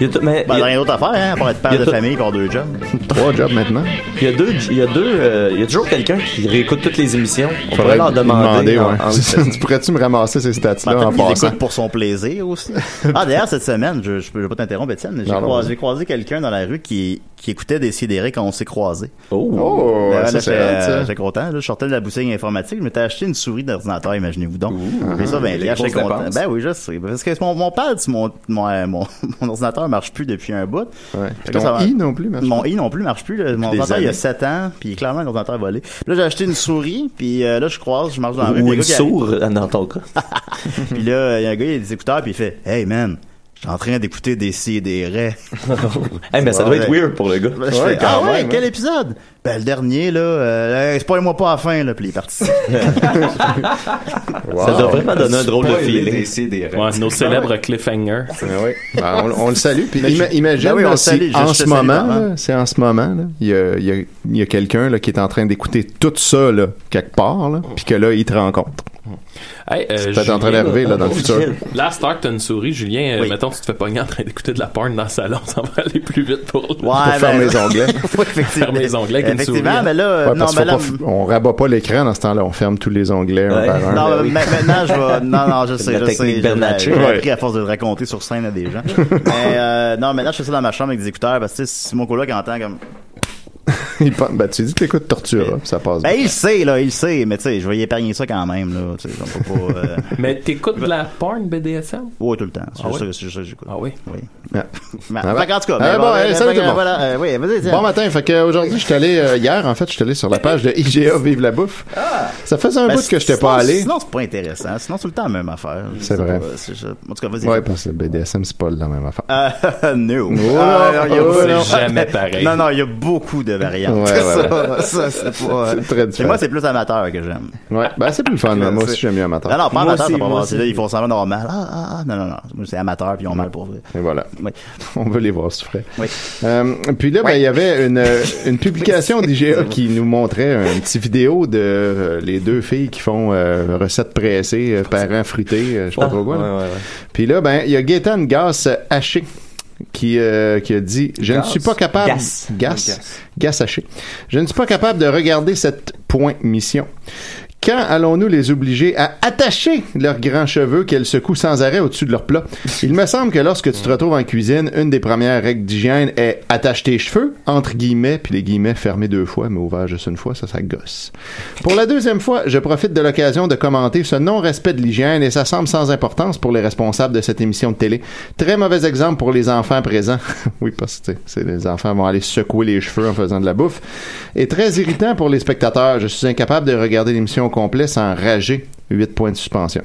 Speaker 4: Il y a tout- mais,
Speaker 7: Ben,
Speaker 4: il y a-
Speaker 7: rien
Speaker 6: d'autre à faire, hein, pour être père
Speaker 4: il y a
Speaker 6: de
Speaker 4: tout-
Speaker 6: famille, pour avoir deux jobs.
Speaker 7: Trois jobs maintenant.
Speaker 4: Il y a deux, il y a deux, euh, il y a toujours quelqu'un qui réécoute toutes les émissions. On
Speaker 7: Faudrait
Speaker 4: pourrait leur demander.
Speaker 7: demander,
Speaker 4: en-
Speaker 7: ouais.
Speaker 4: en-
Speaker 7: tu pourrais-tu me ramasser ces stats-là
Speaker 6: Ben,
Speaker 7: en
Speaker 6: peut-être qu'il
Speaker 7: passant?
Speaker 6: l'écoute pour son plaisir aussi. Ah, d'ailleurs, cette semaine, je, je peux je peux pas t'interrompre, Étienne, mais j'ai
Speaker 7: Non, non,
Speaker 6: croisé,
Speaker 7: vas-y.
Speaker 6: j'ai croisé quelqu'un dans la rue qui, qui écoutait des sidérés quand on s'est croisés.
Speaker 7: Oh,
Speaker 6: Ben,
Speaker 7: ça,
Speaker 6: là,
Speaker 7: c'est
Speaker 6: j'étais-
Speaker 7: hot, ça.
Speaker 6: euh, J'étais content. Là, je sortais de la boutique informatique, je m'étais acheté une souris d'ordinateur, imaginez-vous donc. J'ai
Speaker 7: uh-huh.
Speaker 6: ça, ben,
Speaker 9: les
Speaker 6: là, j'étais
Speaker 9: grosses
Speaker 6: content.
Speaker 9: dépenses.
Speaker 6: Ben oui, je sais. Parce que mon, mon pad, sur mon, mon, euh, mon, mon ordinateur marche plus depuis un bout. Fait que
Speaker 7: Ton
Speaker 6: là, ça
Speaker 7: i
Speaker 6: va-
Speaker 7: non plus marche
Speaker 6: Mon
Speaker 7: pas.
Speaker 6: i non plus marche plus. là. Mon
Speaker 7: Des
Speaker 6: ordinateur, il y a
Speaker 7: années.
Speaker 6: 7 ans, puis clairement, l'ordinateur a volé. Puis là, j'ai acheté une souris, puis euh, là, je croise, je marche dans la rue. puis
Speaker 4: Ou
Speaker 6: il y a un
Speaker 4: une
Speaker 6: gars qui arrive.
Speaker 4: sourde, euh, dans ton cas.
Speaker 6: Puis là, il y a un gars, il a des écouteurs, puis il fait Hey man, je suis en train d'écouter des si et des raies.
Speaker 4: Eh, mais ça doit être weird pour le gars.
Speaker 6: Je fais, ah ouais,
Speaker 7: hein.
Speaker 6: quel épisode? Ben, le dernier, là, euh, spoil-moi pas à la fin, là, puis il est parti.
Speaker 4: Ça doit vraiment donner un drôle de feeling.
Speaker 8: Ouais, nos célèbres cliffhangers.
Speaker 7: Ben, on, on le salue. Puis
Speaker 8: Ah Ben,
Speaker 7: ima-
Speaker 8: je-
Speaker 7: imagine
Speaker 8: ben oui, on
Speaker 7: là,
Speaker 8: le
Speaker 7: si
Speaker 8: salue, je- je
Speaker 7: en ce
Speaker 8: te salue,
Speaker 7: moment,
Speaker 8: pardon.
Speaker 7: là, c'est en ce moment, là, il y a, il y a- il y a quelqu'un là, qui est en train d'écouter tout ça là, quelque part, là, puis que là, il te rencontre.
Speaker 8: Hey, euh,
Speaker 7: C'est peut-être en train
Speaker 8: Julien,
Speaker 7: d'arriver, là, dans le
Speaker 8: oh,
Speaker 7: futur.
Speaker 8: Julien. Là, Stark, t'as une souris. Julien, euh, mettons, tu te fais pogner en train d'écouter de la porn dans le salon. Ça va aller plus vite pour, ouais,
Speaker 6: ben- Ouais, effectivement.
Speaker 8: Ferme les onglets avec une souris. hein.
Speaker 6: Effectivement, mais là, euh,
Speaker 7: Ouais,
Speaker 6: non,
Speaker 7: parce qu'il
Speaker 6: mais
Speaker 7: faut
Speaker 6: là,
Speaker 7: pas f- on rabat pas l'écran dans ce temps-là, on ferme tous les onglets un
Speaker 6: Ouais.
Speaker 7: par un.
Speaker 6: Non, mais ma- maintenant, je vais. Non, non, je sais,
Speaker 7: Ben La
Speaker 6: je
Speaker 7: technique
Speaker 6: sais. je-
Speaker 7: Bernatchez.
Speaker 6: J'ai
Speaker 7: Ouais.
Speaker 6: appris à force de le raconter sur scène à des gens. mais euh, non, maintenant, je fais ça dans ma chambre avec des écouteurs parce que tu sais, si mon coloc entend comme.
Speaker 7: Il pense- ben, tu dis que t'écoutes Tortura, puis ça passe.
Speaker 6: Ben, il sait, là, il sait, mais tu sais, je vais y épargner ça quand même, là. Tu sais, on peut pas. euh,
Speaker 8: Mais t'écoutes de la porn BDSM?
Speaker 6: Ouais, tout le temps. C'est
Speaker 8: Ah
Speaker 6: juste ça
Speaker 8: oui?
Speaker 6: que- c'est juste ça que j'écoute.
Speaker 8: Ah oui?
Speaker 6: Oui.
Speaker 7: Ah.
Speaker 6: Mais,
Speaker 7: Ah ben.
Speaker 6: fait qu'en tout cas,
Speaker 7: Ah
Speaker 6: mais
Speaker 7: ben,
Speaker 6: bon,
Speaker 7: hey,
Speaker 6: ben,
Speaker 7: salut tout le monde.
Speaker 6: voilà, euh, oui, vas-y, tiens.
Speaker 7: Bon matin, fait que aujourd'hui, je suis allé euh, hier en fait, je suis allé sur la page de IGA Vive la bouffe. Ça faisait un
Speaker 6: Ben,
Speaker 7: bout que je t'ai
Speaker 6: sinon-
Speaker 7: pas allé.
Speaker 6: Sinon, c'est pas intéressant. Sinon, c'est tout le temps la même affaire. Je sais
Speaker 7: C'est vrai.
Speaker 6: pas, c'est- je- En tout cas, vas-y.
Speaker 7: Ouais, parce que le BDSM c'est pas la même affaire.
Speaker 6: Euh, no.
Speaker 7: Oh,
Speaker 6: Ah, non, il y a-
Speaker 7: oh, non.
Speaker 6: c'est
Speaker 7: Jamais pareil.
Speaker 6: Non, non, il y a beaucoup de variantes.
Speaker 7: Ouais, ouais,
Speaker 6: ça,
Speaker 7: ouais.
Speaker 6: ça, c'est pas.
Speaker 7: C'est très
Speaker 6: Et
Speaker 7: différent.
Speaker 6: moi, c'est plus amateur que j'aime.
Speaker 7: Ouais, ben c'est plus le fun. là. Moi aussi j'aime mieux amateur.
Speaker 6: Non, non, pas
Speaker 7: Moi
Speaker 6: amateur,
Speaker 7: aussi,
Speaker 6: ça va
Speaker 7: moi
Speaker 6: pas
Speaker 7: aussi.
Speaker 6: passer. Là, ils font semblant d'avoir mal. Ah, ah, ah. Non, non, non. Moi, c'est amateur, puis ils ont mal pour vrai.
Speaker 7: Et voilà. On veut les voir souffrir.
Speaker 6: Oui.
Speaker 7: Euh, puis là, ben, il y avait une, euh, une publication d'IGA qui nous montrait une petite vidéo de euh, les deux filles qui font euh, recettes pressées, euh, parents frités, euh, je sais pas trop quoi. là. Puis là, ben, il y a Gaëtan Gas Haché qui, euh, qui a dit Je ne
Speaker 11: Gas?
Speaker 7: suis pas capable.
Speaker 11: Gas.
Speaker 7: Gas.
Speaker 11: Gas.
Speaker 7: Gas Haché. Je ne suis pas capable de regarder cette point mission. Quand allons-nous les obliger à attacher leurs grands cheveux qu'elles secouent sans arrêt au-dessus de leur plat? Il me semble que lorsque tu te retrouves en cuisine, une des premières règles d'hygiène est attache tes cheveux, entre guillemets, puis les guillemets fermés deux fois, mais ouverts juste une fois, ça, ça gosse. Pour la deuxième fois, je profite de l'occasion de commenter ce non-respect de l'hygiène et ça semble sans importance pour les responsables de cette émission de télé. Très mauvais exemple pour les enfants présents. oui, parce que tu sais, c'est- les enfants vont aller secouer les cheveux en faisant de la bouffe. Et très irritant pour les spectateurs. Je suis incapable de regarder l'émission au complet sans rager. 8 points de suspension.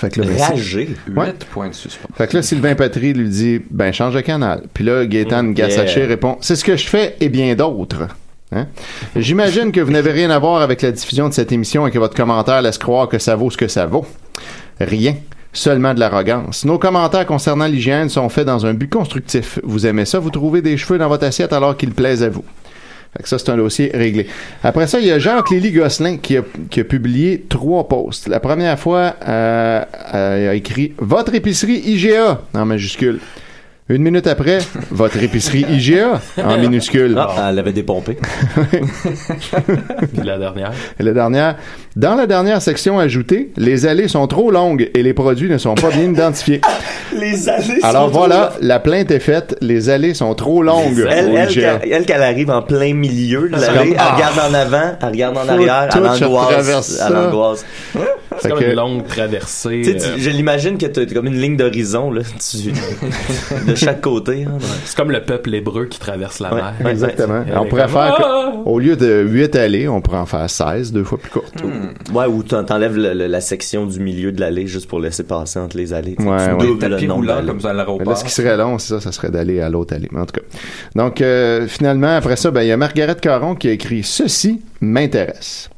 Speaker 7: Fait que là, ben, c'est-
Speaker 4: Rager.
Speaker 7: Ouais.
Speaker 9: Huit points de suspension.
Speaker 7: Fait que là, Sylvain Patry lui dit Ben, change de canal. Puis là, Gaétan
Speaker 9: Mm,
Speaker 7: Gassaché
Speaker 9: yeah.
Speaker 7: répond C'est ce que je fais et bien d'autres. Hein? J'imagine que vous n'avez rien à voir avec la diffusion de cette émission et que votre commentaire laisse croire que ça vaut ce que ça vaut. Rien. Seulement de l'arrogance. Nos commentaires concernant l'hygiène sont faits dans un but constructif. Vous aimez ça, vous trouvez des cheveux dans votre assiette alors qu'ils plaisent à vous. Fait que ça, c'est un dossier réglé. Après ça, il y a Jacques-Lélie Gosselin qui a, qui a publié trois posts. La première fois, euh, euh, il a écrit « Votre épicerie IGA » en majuscule. Une minute après, « Votre épicerie IGA » en minuscule.
Speaker 4: Ah, elle avait dépompé.
Speaker 8: Puis la dernière.
Speaker 7: Et la dernière, dans la dernière section ajoutée, les allées sont trop longues et les produits ne sont pas bien identifiés.
Speaker 4: Les allées
Speaker 7: Alors
Speaker 4: sont trop
Speaker 7: voilà, la plainte est faite, les allées sont trop longues.
Speaker 4: Elle,
Speaker 7: au
Speaker 4: elle,
Speaker 7: IGA.
Speaker 4: qu'elle- elle, qu'elle arrive en plein milieu de
Speaker 7: C'est
Speaker 4: l'allée,
Speaker 7: comme,
Speaker 4: elle
Speaker 7: ah.
Speaker 4: regarde en avant, elle regarde en
Speaker 7: Faut
Speaker 4: arrière,
Speaker 7: tout
Speaker 4: elle
Speaker 7: que je traverse
Speaker 4: angoisse,
Speaker 7: ça.
Speaker 4: elle angoisse.
Speaker 8: C'est comme une longue traversée.
Speaker 4: Tu sais, tu-
Speaker 8: euh,
Speaker 4: je l'imagine que t'as comme une ligne d'horizon, là, tu- de chaque côté. hein.
Speaker 8: C'est comme le peuple hébreu qui traverse la
Speaker 4: Ouais,
Speaker 8: mer.
Speaker 7: Exactement.
Speaker 8: Et
Speaker 7: on
Speaker 8: les
Speaker 7: pourrait
Speaker 8: comme-
Speaker 7: faire,
Speaker 8: Ah!
Speaker 7: que- au lieu de 8 allées, on pourrait en faire 16, deux fois plus courte.
Speaker 4: Ouais, ou t'en- t'enlèves le- le- la section du milieu de l'allée juste pour laisser passer entre les allées. tu sais, tu doubles le nombre d'allées.
Speaker 7: Mais Là, ce qui serait long, c'est ça, ça serait d'aller à l'autre allée. Mais En tout cas. Donc, euh, finalement, après ça, ben, il y a Margaret Caron qui a écrit Ceci m'intéresse.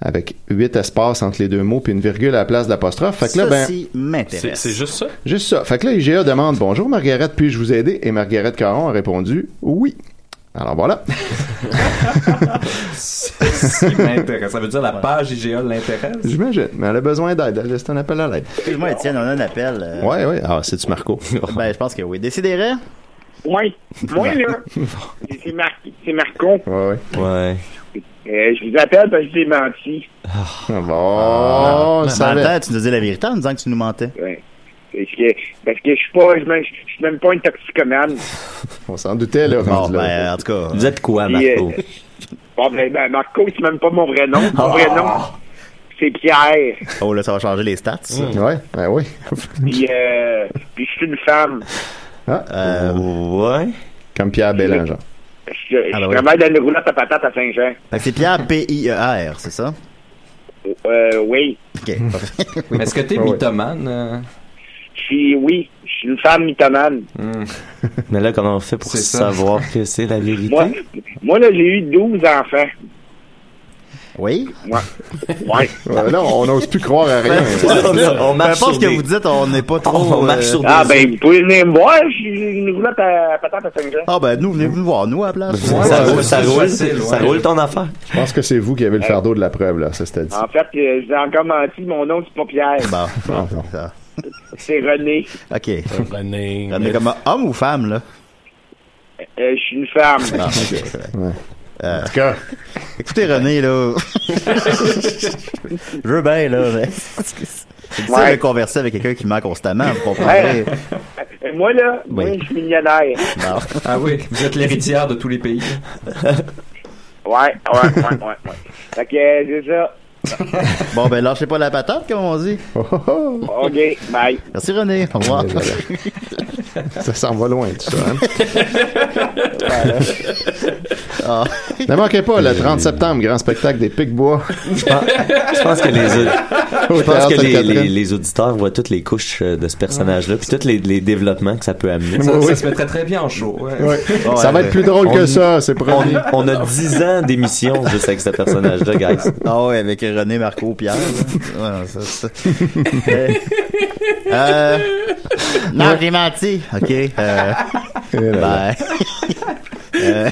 Speaker 7: Avec huit espaces entre les deux mots, puis une virgule à la place de l'apostrophe. Fait que là, ben.
Speaker 6: Ceci
Speaker 8: C'est
Speaker 6: m'intéresse.
Speaker 8: c'est juste ça?
Speaker 7: Juste ça. Fait que là, IGA demande Bonjour Margaret, puis-je vous aider Et Margaret Caron a répondu Oui. Alors voilà.
Speaker 9: Si m'intéresse. Ça veut dire la page IGA l'intéresse.
Speaker 7: J'imagine. Mais elle a besoin d'aide. Elle laisse un appel à l'aide.
Speaker 6: Excuse-moi, Étienne, on a un appel. euh,
Speaker 7: Ouais, ouais. Ah, c'est-tu Marco
Speaker 6: Ben, je pense que oui. Décidérez.
Speaker 10: Oui, moi, là, c'est Mar- c'est Marco.
Speaker 7: Ouais,
Speaker 4: ouais. Ouais.
Speaker 10: Euh, je vous appelle parce que j'ai menti.
Speaker 7: Ah, Bon,
Speaker 6: Mais
Speaker 7: ça
Speaker 6: en
Speaker 7: va.
Speaker 6: même temps, Ah. tu nous disais la vérité en nous disant que tu nous mentais.
Speaker 10: Ouais. Parce que, parce que je suis pas, je me- je suis même pas une toxicomane.
Speaker 7: On s'en doutait, là.
Speaker 6: Bon,
Speaker 7: rendu là.
Speaker 6: ben, en tout cas.
Speaker 4: Vous êtes quoi,
Speaker 10: Puis, euh,
Speaker 4: Marco?
Speaker 10: Bon, ben, ben, Marco, c'est même pas mon vrai nom. Mon vrai nom, c'est Pierre.
Speaker 6: Oh, là, ça va changer les stats. ça.
Speaker 7: Ouais, ben oui.
Speaker 10: Puis, euh, puis je suis une femme.
Speaker 6: Euh,
Speaker 4: Ouais.
Speaker 7: Ah. Comme Pierre Bélanger.
Speaker 10: Je, je
Speaker 6: Ah, ben oui.
Speaker 10: travaille dans une roulotte à patates à Saint-Jean.
Speaker 6: fait que c'est Pierre P-I-E-R, c'est ça?
Speaker 10: Euh, oui.
Speaker 6: OK. parfait.
Speaker 9: Mais Est-ce que t'es
Speaker 7: Ouais.
Speaker 9: mythomane? euh?
Speaker 10: Je suis, oui, je suis une femme mythomane.
Speaker 9: Hmm.
Speaker 4: Mais là, comment on fait pour
Speaker 9: C'est ça.
Speaker 4: savoir que c'est la vérité?
Speaker 10: Moi, moi, là, j'ai eu 12 enfants.
Speaker 6: Oui?
Speaker 10: Ouais.
Speaker 7: Ouais, là, on n'ose plus croire à rien.
Speaker 4: on, on
Speaker 6: Peu
Speaker 4: marche
Speaker 6: importe
Speaker 4: sur
Speaker 6: ce que
Speaker 4: des-
Speaker 6: vous dites, on n'est pas trop...
Speaker 4: Oh, on marche
Speaker 6: euh,
Speaker 4: sur des
Speaker 10: Ah, ben, vous pouvez venir me voir, j'ai une roulotte à patates à Saint-Jean.
Speaker 6: Ah ben, nous, venez nous voir, nous, à la place.
Speaker 4: Ça, roule, ça
Speaker 9: c'est
Speaker 4: roule,
Speaker 9: facile,
Speaker 4: ça
Speaker 9: ouais.
Speaker 4: roule ton affaire.
Speaker 7: Je pense que c'est vous qui avez le fardeau de la preuve, là, ça c'était dit.
Speaker 10: En fait, euh, j'ai encore menti, mon nom, c'est pas Pierre,
Speaker 6: Bon,
Speaker 7: Ah, Bon, bon.
Speaker 6: ça.
Speaker 10: c'est René.
Speaker 6: OK.
Speaker 8: René.
Speaker 6: On est comme homme ou femme, là?
Speaker 10: Euh, je suis une femme.
Speaker 6: Ah, OK. c'est vrai.
Speaker 7: En tout cas,
Speaker 6: Euh, Écoutez, René, là... Je veux bien, là, mais... C'est difficile
Speaker 10: Ouais.
Speaker 6: de converser avec quelqu'un qui ment constamment, vous comprenez?
Speaker 10: Euh, Moi, là, moi,
Speaker 6: Oui.
Speaker 10: je suis millionnaire.
Speaker 6: Bon.
Speaker 9: Ah oui, vous êtes l'héritière de tous les pays.
Speaker 10: Ouais, ouais, ouais, ouais, ouais. Fait que, euh, c'est ça.
Speaker 6: Bon, ben, lâchez pas la patate, comme on dit.
Speaker 7: oh, oh, oh,
Speaker 10: OK, bye.
Speaker 6: Merci, René. Au revoir.
Speaker 7: ça s'en va loin, tout ça. hein.
Speaker 6: Ah.
Speaker 7: Ne manquez pas le 30 septembre, grand spectacle des Pics-Bois.
Speaker 4: Je pense que les, je
Speaker 7: au
Speaker 4: pense
Speaker 7: Théâtre
Speaker 4: que les,
Speaker 7: Sainte-Catherine.
Speaker 4: les- les auditeurs voient toutes les couches euh, de ce personnage-là, puis tous les, les développements que ça peut amener.
Speaker 9: Ça,
Speaker 7: Oui.
Speaker 9: ça se mettrait très bien en show. ouais.
Speaker 7: Ouais.
Speaker 6: Ouais,
Speaker 7: Ça va être plus drôle
Speaker 4: euh, on-
Speaker 7: que ça, c'est
Speaker 4: On,
Speaker 7: promis.
Speaker 4: on a 10 ans d'émission juste avec ce personnage-là, guys.
Speaker 6: Ah ouais, avec René, Marco, Pierre. là. Ouais, ça, ça. Euh, euh, non, j'ai menti. OK. Euh,
Speaker 7: Et Eh là, là.
Speaker 6: bye. Euh,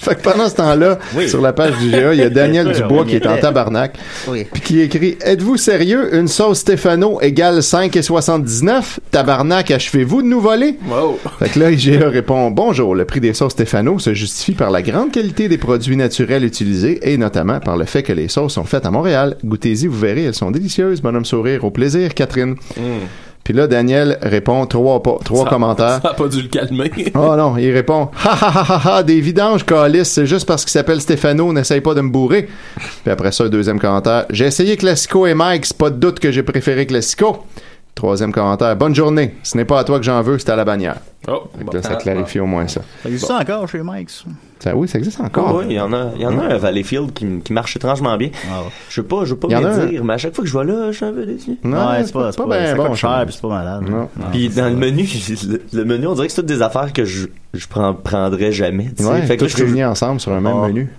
Speaker 7: Fait que pendant ce temps-là,
Speaker 6: Oui.
Speaker 7: sur la page du GA, il y a Daniel Dubois
Speaker 6: on y
Speaker 7: qui est en
Speaker 6: était.
Speaker 7: tabarnak,
Speaker 6: Oui.
Speaker 7: puis qui écrit « Êtes-vous sérieux? Une sauce Stefano égale 5,79? Tabarnak, achevez-vous de nous voler? »
Speaker 8: Wow.
Speaker 7: Fait que là, IGA répond Bonjour, le prix des sauces Stefano se justifie par la grande qualité des produits naturels utilisés et notamment par le fait que les sauces sont faites à Montréal. Goûtez-y, vous verrez, elles sont délicieuses. Bonhomme sourire, au plaisir, Catherine. Puis là, Daniel répond trois, pa- trois commentaires.
Speaker 8: Hmm. Ça a pas dû le calmer.
Speaker 7: Oh non, il répond Ha ha ha ha ha, des vidanges, Calis, c'est juste parce qu'il s'appelle Stefano, n'essaye pas de me bourrer. Puis après ça, le deuxième commentaire J'ai essayé Classico et Mike, c'est pas de doute que j'ai préféré Classico. Troisième commentaire Bonne journée, ce n'est pas à toi que j'en veux, c'est à la bannière.
Speaker 8: Oh,
Speaker 7: Fait que
Speaker 8: bon.
Speaker 7: là, ça clarifie au moins ça.
Speaker 6: Ça existe ça encore chez Mike, ça?
Speaker 7: Ça, oui, ça existe encore.
Speaker 4: oui, il y en a, il y en a un à Valleyfield qui, m- qui marche étrangement bien.
Speaker 6: Ah ouais.
Speaker 4: Je veux pas, je veux pas
Speaker 7: Il y en a
Speaker 4: me
Speaker 7: un.
Speaker 4: dire, mais à chaque fois que je vois là, j'en veux des yeux.
Speaker 7: Non,
Speaker 6: ouais, c'est pas, c'est pas,
Speaker 7: ben
Speaker 6: ça
Speaker 7: bon,
Speaker 6: coûte
Speaker 7: ça.
Speaker 6: cher, puis c'est pas malade.
Speaker 7: Non.
Speaker 4: Puis dans le menu, le, le menu, on dirait que c'est toutes des affaires que je, je prends, prendrais jamais. tu sais.
Speaker 7: Ouais,
Speaker 4: fait que là,
Speaker 7: tous
Speaker 4: je-
Speaker 7: réunis ensemble sur un même
Speaker 6: Ah.
Speaker 7: menu.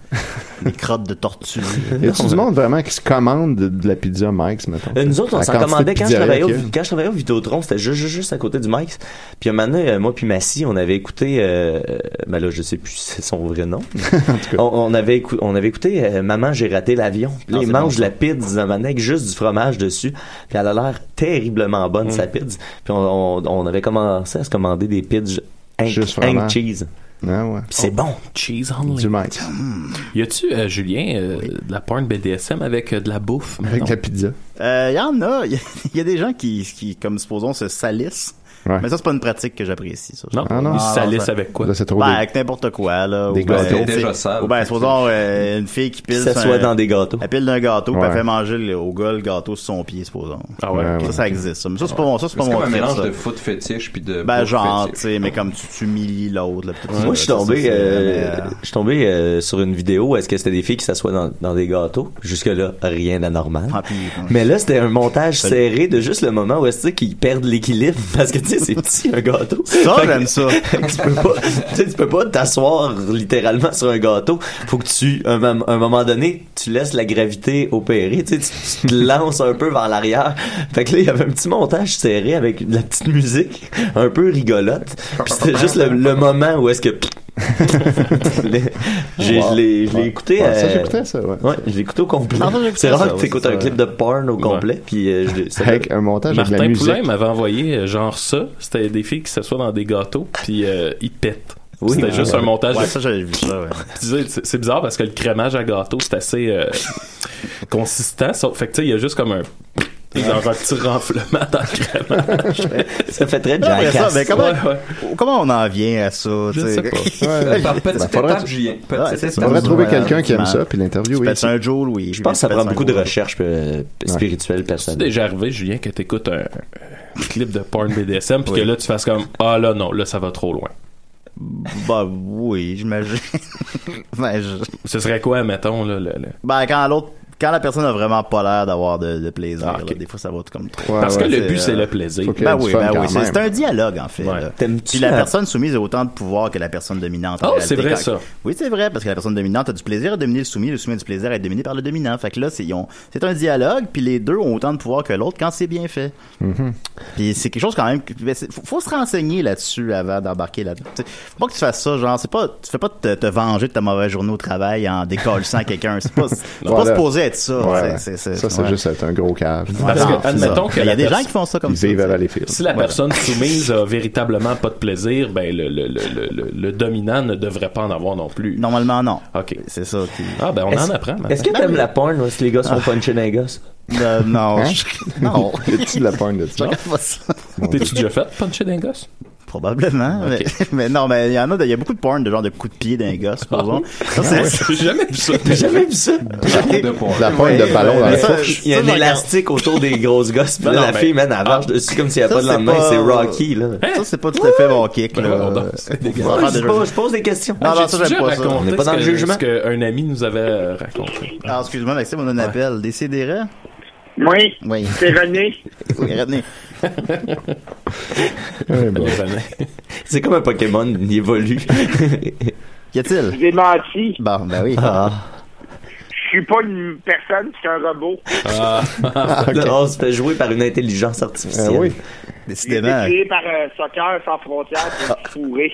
Speaker 6: Des crottes de tortue.
Speaker 7: Y a-tu du monde vraiment qui se commande de, de la pizza Mike's, mettons?
Speaker 4: Euh, nous autres, on
Speaker 7: La
Speaker 4: s'en
Speaker 7: quantité
Speaker 4: commandait
Speaker 7: de
Speaker 4: quand je,
Speaker 7: pizzeria
Speaker 4: travaillais au,
Speaker 7: qu'il y a.
Speaker 4: quand je travaillais au Vidéotron, c'était juste, juste, juste à côté du Mike's. Puis un moment donné, euh, moi puis Massy, on avait écouté, euh, euh, ben là, je sais plus si c'est son vrai nom. on, on avait écouté, on avait écouté euh, Maman, j'ai raté l'avion. Puis là,
Speaker 6: Ah,
Speaker 4: il
Speaker 6: c'est
Speaker 4: mange
Speaker 6: bon, ça.
Speaker 4: la pizza, un moment donné, avec juste du fromage dessus. Puis elle a l'air terriblement bonne,
Speaker 6: Mm.
Speaker 4: sa pizza. Puis on, on, on avait commencé à se commander des pizzas hank,
Speaker 7: Juste
Speaker 4: hank
Speaker 7: fromage.
Speaker 4: cheese.
Speaker 7: Ah ouais.
Speaker 4: Puis c'est bon.
Speaker 8: Cheese only.
Speaker 7: Du Mike's.
Speaker 8: Y a-tu, euh, Julien, euh, de la porn BDSM avec euh, de la bouffe?
Speaker 7: Avec
Speaker 8: mettons?
Speaker 7: de la pizza.
Speaker 6: Euh, y en a. Il y, a des gens qui, qui, comme supposons, se salissent Mais ça, c'est pas une pratique que j'apprécie. ça.
Speaker 8: Non. Ah, non. Ils se salissent
Speaker 6: ça-
Speaker 8: avec quoi?
Speaker 7: Là, c'est trop
Speaker 6: Ben,
Speaker 7: des-
Speaker 6: avec n'importe quoi, là.
Speaker 7: Des
Speaker 6: Ou ben,
Speaker 7: gâteaux.
Speaker 6: tu sais,
Speaker 7: Déjà sale.
Speaker 6: Ou ben, supposons, euh, une fille qui pile.
Speaker 4: Ça
Speaker 6: sur
Speaker 4: soit
Speaker 6: un-
Speaker 4: dans des gâteaux.
Speaker 6: Elle pile d'un gâteau, puis
Speaker 4: Ouais.
Speaker 6: elle fait manger le- au gars le gâteau sur son pied, supposons.
Speaker 8: Ah ouais,
Speaker 6: Ça,
Speaker 8: ok.
Speaker 6: ça existe, ça. Mais ça, c'est pas mon, ça, c'est pas
Speaker 9: comme
Speaker 6: mon
Speaker 9: un
Speaker 6: trip,
Speaker 9: mélange
Speaker 6: ça.
Speaker 9: de foot fétiche puis de.
Speaker 6: Ben,
Speaker 9: bouffe
Speaker 6: genre,
Speaker 9: fétiche.
Speaker 6: tu sais, mais comme tu tu humilies l'autre, là, puis tout ça,
Speaker 4: Moi, je suis
Speaker 6: ça, ça,
Speaker 4: tombé,
Speaker 6: c'est-
Speaker 4: euh,
Speaker 6: mais, euh,
Speaker 4: je suis tombé euh, sur une vidéo où est-ce que c'était des filles qui s'assoient dans, dans des gâteaux. Jusque-là, rien d'anormal.
Speaker 6: hein.
Speaker 4: Mais là, c'était un montage serré de juste le moment où est-ce que qu'ils perdent l'équilibre parce que tu sais, c'est petit un gâteau.
Speaker 6: Ça,
Speaker 4: Fait que-
Speaker 6: j'aime ça.
Speaker 4: tu peux pas, tu sais, tu peux pas t'asseoir littéralement sur un gâteau. Faut que tu, un, mom- un moment donné, tu laisses la gravité opérer. Tu, sais, tu- tu te lances un peu vers l'arrière. Fait que là, il y avait un petit montage serré avec de la petite musique, un peu rigolote. Puis c'était juste le, le moment où est-ce que j'ai, je l'ai, je l'ai écouté.
Speaker 7: Ouais, ça,
Speaker 4: euh,
Speaker 7: j'écoutais ça, ouais.
Speaker 4: Ouais, je l'ai écouté au complet.
Speaker 7: Ah, ça, j'écoutais
Speaker 4: C'est
Speaker 7: ça,
Speaker 4: rare que
Speaker 7: ouais,
Speaker 4: t'écoutes
Speaker 7: c'est
Speaker 4: un
Speaker 7: ça,
Speaker 4: clip de porn au complet. Puis euh, je l'ai- ça-
Speaker 7: Avec un montage avec de la
Speaker 8: Martin
Speaker 7: musique.
Speaker 8: Poulain m'avait envoyé euh, genre ça. C'était des filles qui s'assoient dans des gâteaux, puis euh, ils pètent.
Speaker 4: Oui,
Speaker 8: c'était
Speaker 4: ouais,
Speaker 8: juste
Speaker 4: ouais.
Speaker 8: un montage.
Speaker 6: Ouais,
Speaker 8: de-
Speaker 6: ça, j'avais vu ça, ouais.
Speaker 8: Tu sais, c'est- c'est bizarre parce que le crémage à gâteau, c'est assez euh, consistant. sauf- fait que tu sais, il y a juste comme un. Genre un petit renflement dans le crémage.
Speaker 4: ça fait très
Speaker 6: Non, mais ça,
Speaker 4: jackass.
Speaker 6: mais comment,
Speaker 8: Ouais, ouais.
Speaker 6: comment on en vient à ça? tu sais? Ah,
Speaker 8: sais pas.
Speaker 7: Ouais.
Speaker 9: Par petite
Speaker 7: Ben, faudrait-
Speaker 9: étape, Julien. Petite
Speaker 6: Ouais, c'est
Speaker 9: étape.
Speaker 6: ça.
Speaker 7: Faudrait trouver
Speaker 6: Ouais,
Speaker 7: quelqu'un qui aime
Speaker 6: effectivement.
Speaker 7: ça, puis l'interview,
Speaker 6: Tu
Speaker 7: oui.
Speaker 6: pètes un Joe, Louis.
Speaker 4: Je pense que ça prend beaucoup de recherche euh, spirituelle
Speaker 8: C'est
Speaker 4: personnelle.
Speaker 8: déjà arrivé, Julien, que t'écoutes un un clip de porn BDSM, puis que là, tu fasses comme Ah là, non, là, ça va trop loin.
Speaker 6: Bah oui, j'imagine. ben, je-
Speaker 8: Ce serait quoi, mettons, là, le- le-
Speaker 6: ben, quand l'autre, quand la personne a vraiment pas l'air d'avoir de, de plaisir,
Speaker 8: Ah, ok.
Speaker 6: là, des fois ça va comme trop.
Speaker 7: Ouais,
Speaker 8: Parce
Speaker 7: ouais,
Speaker 8: que le
Speaker 6: c'est,
Speaker 8: but, c'est
Speaker 6: euh,
Speaker 8: le plaisir.
Speaker 7: faut que-
Speaker 6: Ben
Speaker 7: Il y a du
Speaker 6: oui,
Speaker 7: fun
Speaker 6: ben
Speaker 7: quand
Speaker 6: oui, c'est
Speaker 7: même.
Speaker 6: c'est un dialogue en fait.
Speaker 8: Ouais.
Speaker 6: là.
Speaker 4: T'aimes-tu
Speaker 6: Puis la
Speaker 4: la-
Speaker 6: personne soumise a autant de pouvoir que la personne dominante. en
Speaker 8: Oh,
Speaker 6: réalité,
Speaker 8: c'est vrai,
Speaker 6: quand-
Speaker 8: ça.
Speaker 6: Oui, c'est vrai parce que la personne dominante a du plaisir à dominer le soumis, le soumis a du plaisir à être dominé par le dominant. Fait que là, c'est ils ont- c'est un dialogue, puis les deux ont autant de pouvoir que l'autre quand c'est bien fait.
Speaker 9: Mm-hmm.
Speaker 6: Puis c'est quelque chose quand même. que- ben, c'est- faut, faut se renseigner là-dessus avant d'embarquer là-dedans. T'sais, Faut pas que tu fasses ça, genre, c'est pas, tu fais pas te, te venger de ta mauvaise journée au travail en décollissant quelqu'un. C'est pas, c'est pas
Speaker 7: Voilà.
Speaker 6: supposé être ça.
Speaker 7: Ouais,
Speaker 6: C'est- c'est- c'est-
Speaker 7: Ça, c'est
Speaker 6: ouais.
Speaker 7: juste être un gros cave.
Speaker 6: Ouais,
Speaker 8: Parce que,
Speaker 6: non, c'est
Speaker 8: admettons
Speaker 6: ça.
Speaker 8: que
Speaker 6: Mais Il y
Speaker 8: la
Speaker 6: a des
Speaker 8: pers-
Speaker 6: gens qui font ça comme
Speaker 7: Ils
Speaker 6: ça.
Speaker 7: vivent à
Speaker 6: t'sais.
Speaker 7: Valleyfield.
Speaker 8: Si la
Speaker 7: Voilà.
Speaker 8: personne soumise a véritablement pas de plaisir, ben le, le, le, le, le- le dominant ne devrait pas en avoir non plus.
Speaker 6: Normalement, non.
Speaker 8: OK.
Speaker 6: C'est ça qui.
Speaker 8: Ah, ben on
Speaker 4: Est-ce-
Speaker 8: en apprend. maintenant.
Speaker 4: Est-ce que t'aimes la porn ou est-ce que les gars sont
Speaker 7: Ah.
Speaker 4: punchés dans les gosses?
Speaker 6: Euh, non.
Speaker 7: Hein?
Speaker 6: je- Non.
Speaker 7: Y a-tu de la porn de
Speaker 6: Je
Speaker 7: ça?
Speaker 6: regarde pas ça.
Speaker 8: T'es-tu déjà fait puncher d'un gosse?
Speaker 6: Probablement. mais- Mais, non, mais il y en a, de- il y a beaucoup de porn de genre de coups de pied d'un gars, supposons.
Speaker 8: Ah
Speaker 6: Ça, c'est-
Speaker 8: J'ai jamais vu ça.
Speaker 4: T'as jamais vu ça?
Speaker 9: De porn.
Speaker 7: De la porn de
Speaker 6: Ouais,
Speaker 7: ballon dans
Speaker 6: mais
Speaker 7: la
Speaker 6: ça,
Speaker 7: fourche.
Speaker 4: Il y a
Speaker 6: ça,
Speaker 4: un
Speaker 6: je regarde-
Speaker 4: élastique autour des grosses gosses. Puis
Speaker 8: Non,
Speaker 4: là,
Speaker 8: non,
Speaker 4: la
Speaker 8: mais- Ah. Hein?
Speaker 4: fille, man, elle marche dessus comme s'il n'y avait
Speaker 6: Ça,
Speaker 4: pas de
Speaker 6: c'est
Speaker 4: lendemain.
Speaker 6: pas-
Speaker 4: C'est Rocky, là.
Speaker 6: Ça, c'est pas tout à fait mon kick, là.
Speaker 8: Ben, voyons donc, c'est
Speaker 6: Des
Speaker 8: dégueulasse.
Speaker 6: affaires
Speaker 4: Je
Speaker 6: de-
Speaker 4: pose, je pose des questions.
Speaker 6: Non, non, ça,
Speaker 8: Ah, J'ai
Speaker 6: j'aime pas ça.
Speaker 4: On est
Speaker 8: raconté
Speaker 4: pas dans
Speaker 8: ce
Speaker 4: le
Speaker 8: que-
Speaker 4: jugement.
Speaker 8: ce qu'un ami nous avait euh, raconté.
Speaker 6: Ah, excuse-moi, Maxime, on a un appel. Décidérez.
Speaker 10: Oui,
Speaker 6: Oui.
Speaker 10: c'est René.
Speaker 6: Oui, retenez.
Speaker 7: Ouais, bon.
Speaker 4: C'est comme un Pokémon, il évolue.
Speaker 6: Y a-t-il?
Speaker 10: J'ai menti.
Speaker 6: Bon, ben oui.
Speaker 4: Ah.
Speaker 10: Je suis pas une personne, je suis un robot.
Speaker 4: Là, on se fait jouer par une intelligence
Speaker 7: Ah
Speaker 4: artificielle.
Speaker 10: J'ai
Speaker 7: oui.
Speaker 10: été
Speaker 6: Décidément.
Speaker 10: créé par euh, Soccer sans frontières pour me fourrer.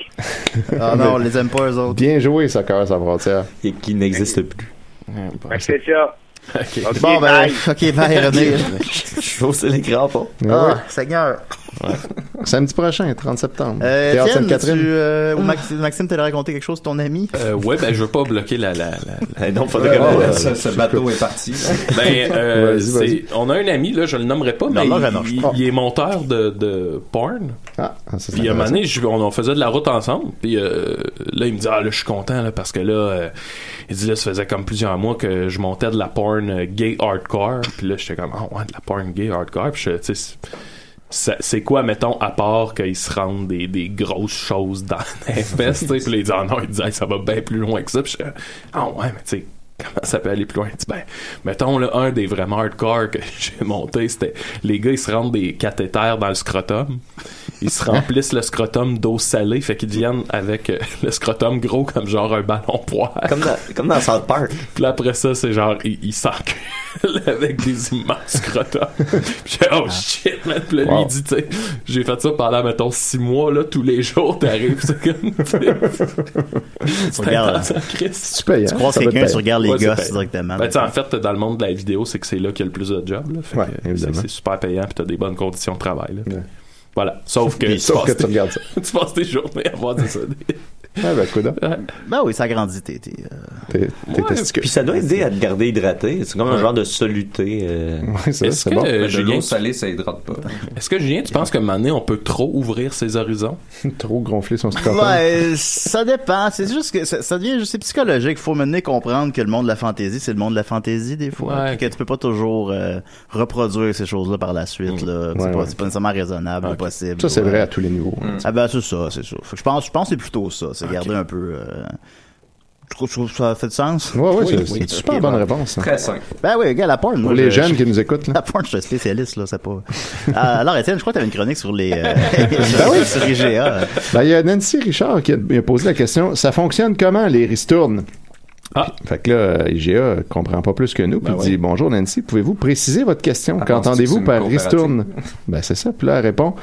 Speaker 6: Ah non, on les aime pas, eux autres.
Speaker 7: Bien joué, Soccer sans frontières.
Speaker 4: Et qui n'existe plus.
Speaker 10: Fait que C'est ça. Ok,
Speaker 6: Bon, ben,
Speaker 10: bye.
Speaker 6: ok, bye, René.
Speaker 4: Je suis sur l'écran, pas.
Speaker 6: Ah, Seigneur.
Speaker 7: Samedi prochain, 30 septembre.
Speaker 6: Euh,
Speaker 7: Théâtre
Speaker 6: Étienne,
Speaker 7: Sainte-Catherine.
Speaker 6: tu, euh,
Speaker 10: Ah.
Speaker 6: ou Max- Maxime, t'allais raconter quelque chose, ton ami?
Speaker 8: Euh, ouais, ben je veux pas bloquer la, la, la,
Speaker 4: Eh, Non, pas de
Speaker 9: Ouais,
Speaker 4: comment.
Speaker 9: ouais, ce, ce bateau est parti.
Speaker 8: Ben, euh,
Speaker 7: Vas-y, vas-y.
Speaker 8: c'est- on a un ami, là, je le nommerai pas, mais
Speaker 6: non, je
Speaker 8: il-
Speaker 6: non, je
Speaker 8: il, il est monteur de, de porn.
Speaker 7: Ah, ça, c'est
Speaker 8: Puis à un moment
Speaker 7: intéressant.
Speaker 8: donné, je- on, on faisait de la route ensemble. Puis euh, là, il me dit, ah là, je suis content, là, parce que là, euh, il dit, là, ça faisait comme plusieurs mois que je montais de la porn euh, gay hardcore. Puis là, j'étais comme, ah ouais, de la porn gay hardcore. Puis je, tu sais, c'est- ça- c'est quoi, mettons, à part qu'ils se rendent des, des grosses choses dans les fesses, tu sais. Puis là, il dit, ah non, il dit, Hey, ça va bien plus loin que ça. Puis je, ah ouais, mais tu sais, comment ça peut aller plus loin? Il dit, ben, mettons, là, un des vraiment hardcore que j'ai monté, c'était, les gars, ils se rendent des cathéters dans le scrotum. Ils se remplissent le scrotum d'eau salée, fait qu'ils viennent avec euh, le scrotum gros comme genre un ballon poire.
Speaker 4: Comme dans, comme dans South Park.
Speaker 8: Puis là, après ça, c'est genre, ils il s'enculent avec des immenses scrotums. Puis j'ai,
Speaker 4: Ah.
Speaker 8: oh shit, man. Puis là, lui,
Speaker 7: Wow.
Speaker 8: il dit, tu sais, j'ai fait ça pendant, mettons, six mois, là, tous les jours, t'arrives, c'est comme, tu sais, c'est
Speaker 6: Regarde.
Speaker 8: intense en Christ.
Speaker 7: Tu payes,
Speaker 6: hein, Tu
Speaker 7: hein?
Speaker 6: crois
Speaker 7: Ça doit
Speaker 6: quelqu'un,
Speaker 7: être
Speaker 6: tu regardes les
Speaker 8: Ouais, c'est
Speaker 6: gosses
Speaker 8: payant.
Speaker 6: directement.
Speaker 8: Ben, tu sais, en fait, dans le monde de la vidéo, c'est que c'est là qu'il y a le plus de jobs, là. Fait que,
Speaker 7: Ouais,
Speaker 8: euh, c'est,
Speaker 7: évidemment.
Speaker 8: c'est super payant, puis t'as des bonnes conditions de travail, là.
Speaker 7: Ouais.
Speaker 8: Voilà. Sauf que,
Speaker 7: payant. Sauf que
Speaker 8: passes
Speaker 7: tu
Speaker 8: tes-
Speaker 7: regardes ça.
Speaker 8: tu passes tes journées à voir des, des,
Speaker 7: Ah, ben, coudonc.
Speaker 6: Ben oui, ça grandit, t'es. t'es, euh,
Speaker 4: Puis ça doit aider à te garder hydraté. C'est comme un genre de soluté. euh.
Speaker 8: Est-ce que, euh,
Speaker 9: De
Speaker 8: Julien,
Speaker 9: l'eau
Speaker 8: tu-
Speaker 9: salée, Ben, ça hydrate
Speaker 4: Oh,
Speaker 9: pas.
Speaker 8: Est-ce que Julien, tu penses que Mané, on peut trop ouvrir ses horizons
Speaker 7: Trop gonfler son scrotum.
Speaker 6: Ouais, euh, ça dépend. C'est juste que ça, ça devient juste c'est psychologique. Faut mener comprendre que le monde de la fantaisie, c'est le monde de la fantaisie des fois.
Speaker 8: Ouais.
Speaker 6: Puis Que tu peux pas toujours euh, reproduire ces choses-là par la suite. Là. C'est,
Speaker 7: Mm. Ouais,
Speaker 6: pas,
Speaker 7: ouais.
Speaker 6: c'est pas nécessairement raisonnable ou possible.
Speaker 7: Ça, c'est
Speaker 6: Ouais.
Speaker 7: vrai à tous les niveaux. hein.
Speaker 6: Ah ben c'est ça, c'est ça. Fait que je pense, je pense que c'est plutôt ça. C'est garder un peu. euh, Je trouve, je trouve que ça fait du sens.
Speaker 7: Ah Ouais, ouais,
Speaker 6: Oui,
Speaker 7: c'est-
Speaker 6: oui.
Speaker 7: c'est une super
Speaker 6: Ok,
Speaker 7: bonne
Speaker 6: bon.
Speaker 7: réponse. hein.
Speaker 9: Très simple.
Speaker 6: Ben oui, gars, la porn.
Speaker 7: Pour
Speaker 6: moi,
Speaker 7: les
Speaker 6: je-
Speaker 7: jeunes
Speaker 6: je-
Speaker 7: qui nous écoutent, là.
Speaker 6: La porn, je suis un spécialiste, là, c'est pas. Euh, alors, Étienne, je crois que t'avais une chronique sur les. euh,
Speaker 7: Ben oui.
Speaker 6: sur IGA.
Speaker 7: Ben, il y a Nancy Richard qui a, il a posé la question ça fonctionne comment les ristournes
Speaker 8: Ah.
Speaker 7: Fait que là, euh, IGA comprend pas plus que nous, puis
Speaker 8: Ben
Speaker 7: dit Bonjour Nancy, pouvez-vous préciser votre question
Speaker 9: Ah,
Speaker 7: Qu'entendez-vous
Speaker 9: c'est une
Speaker 7: par
Speaker 9: coopérative.
Speaker 7: ristourne Ben, c'est ça. Puis là, elle répond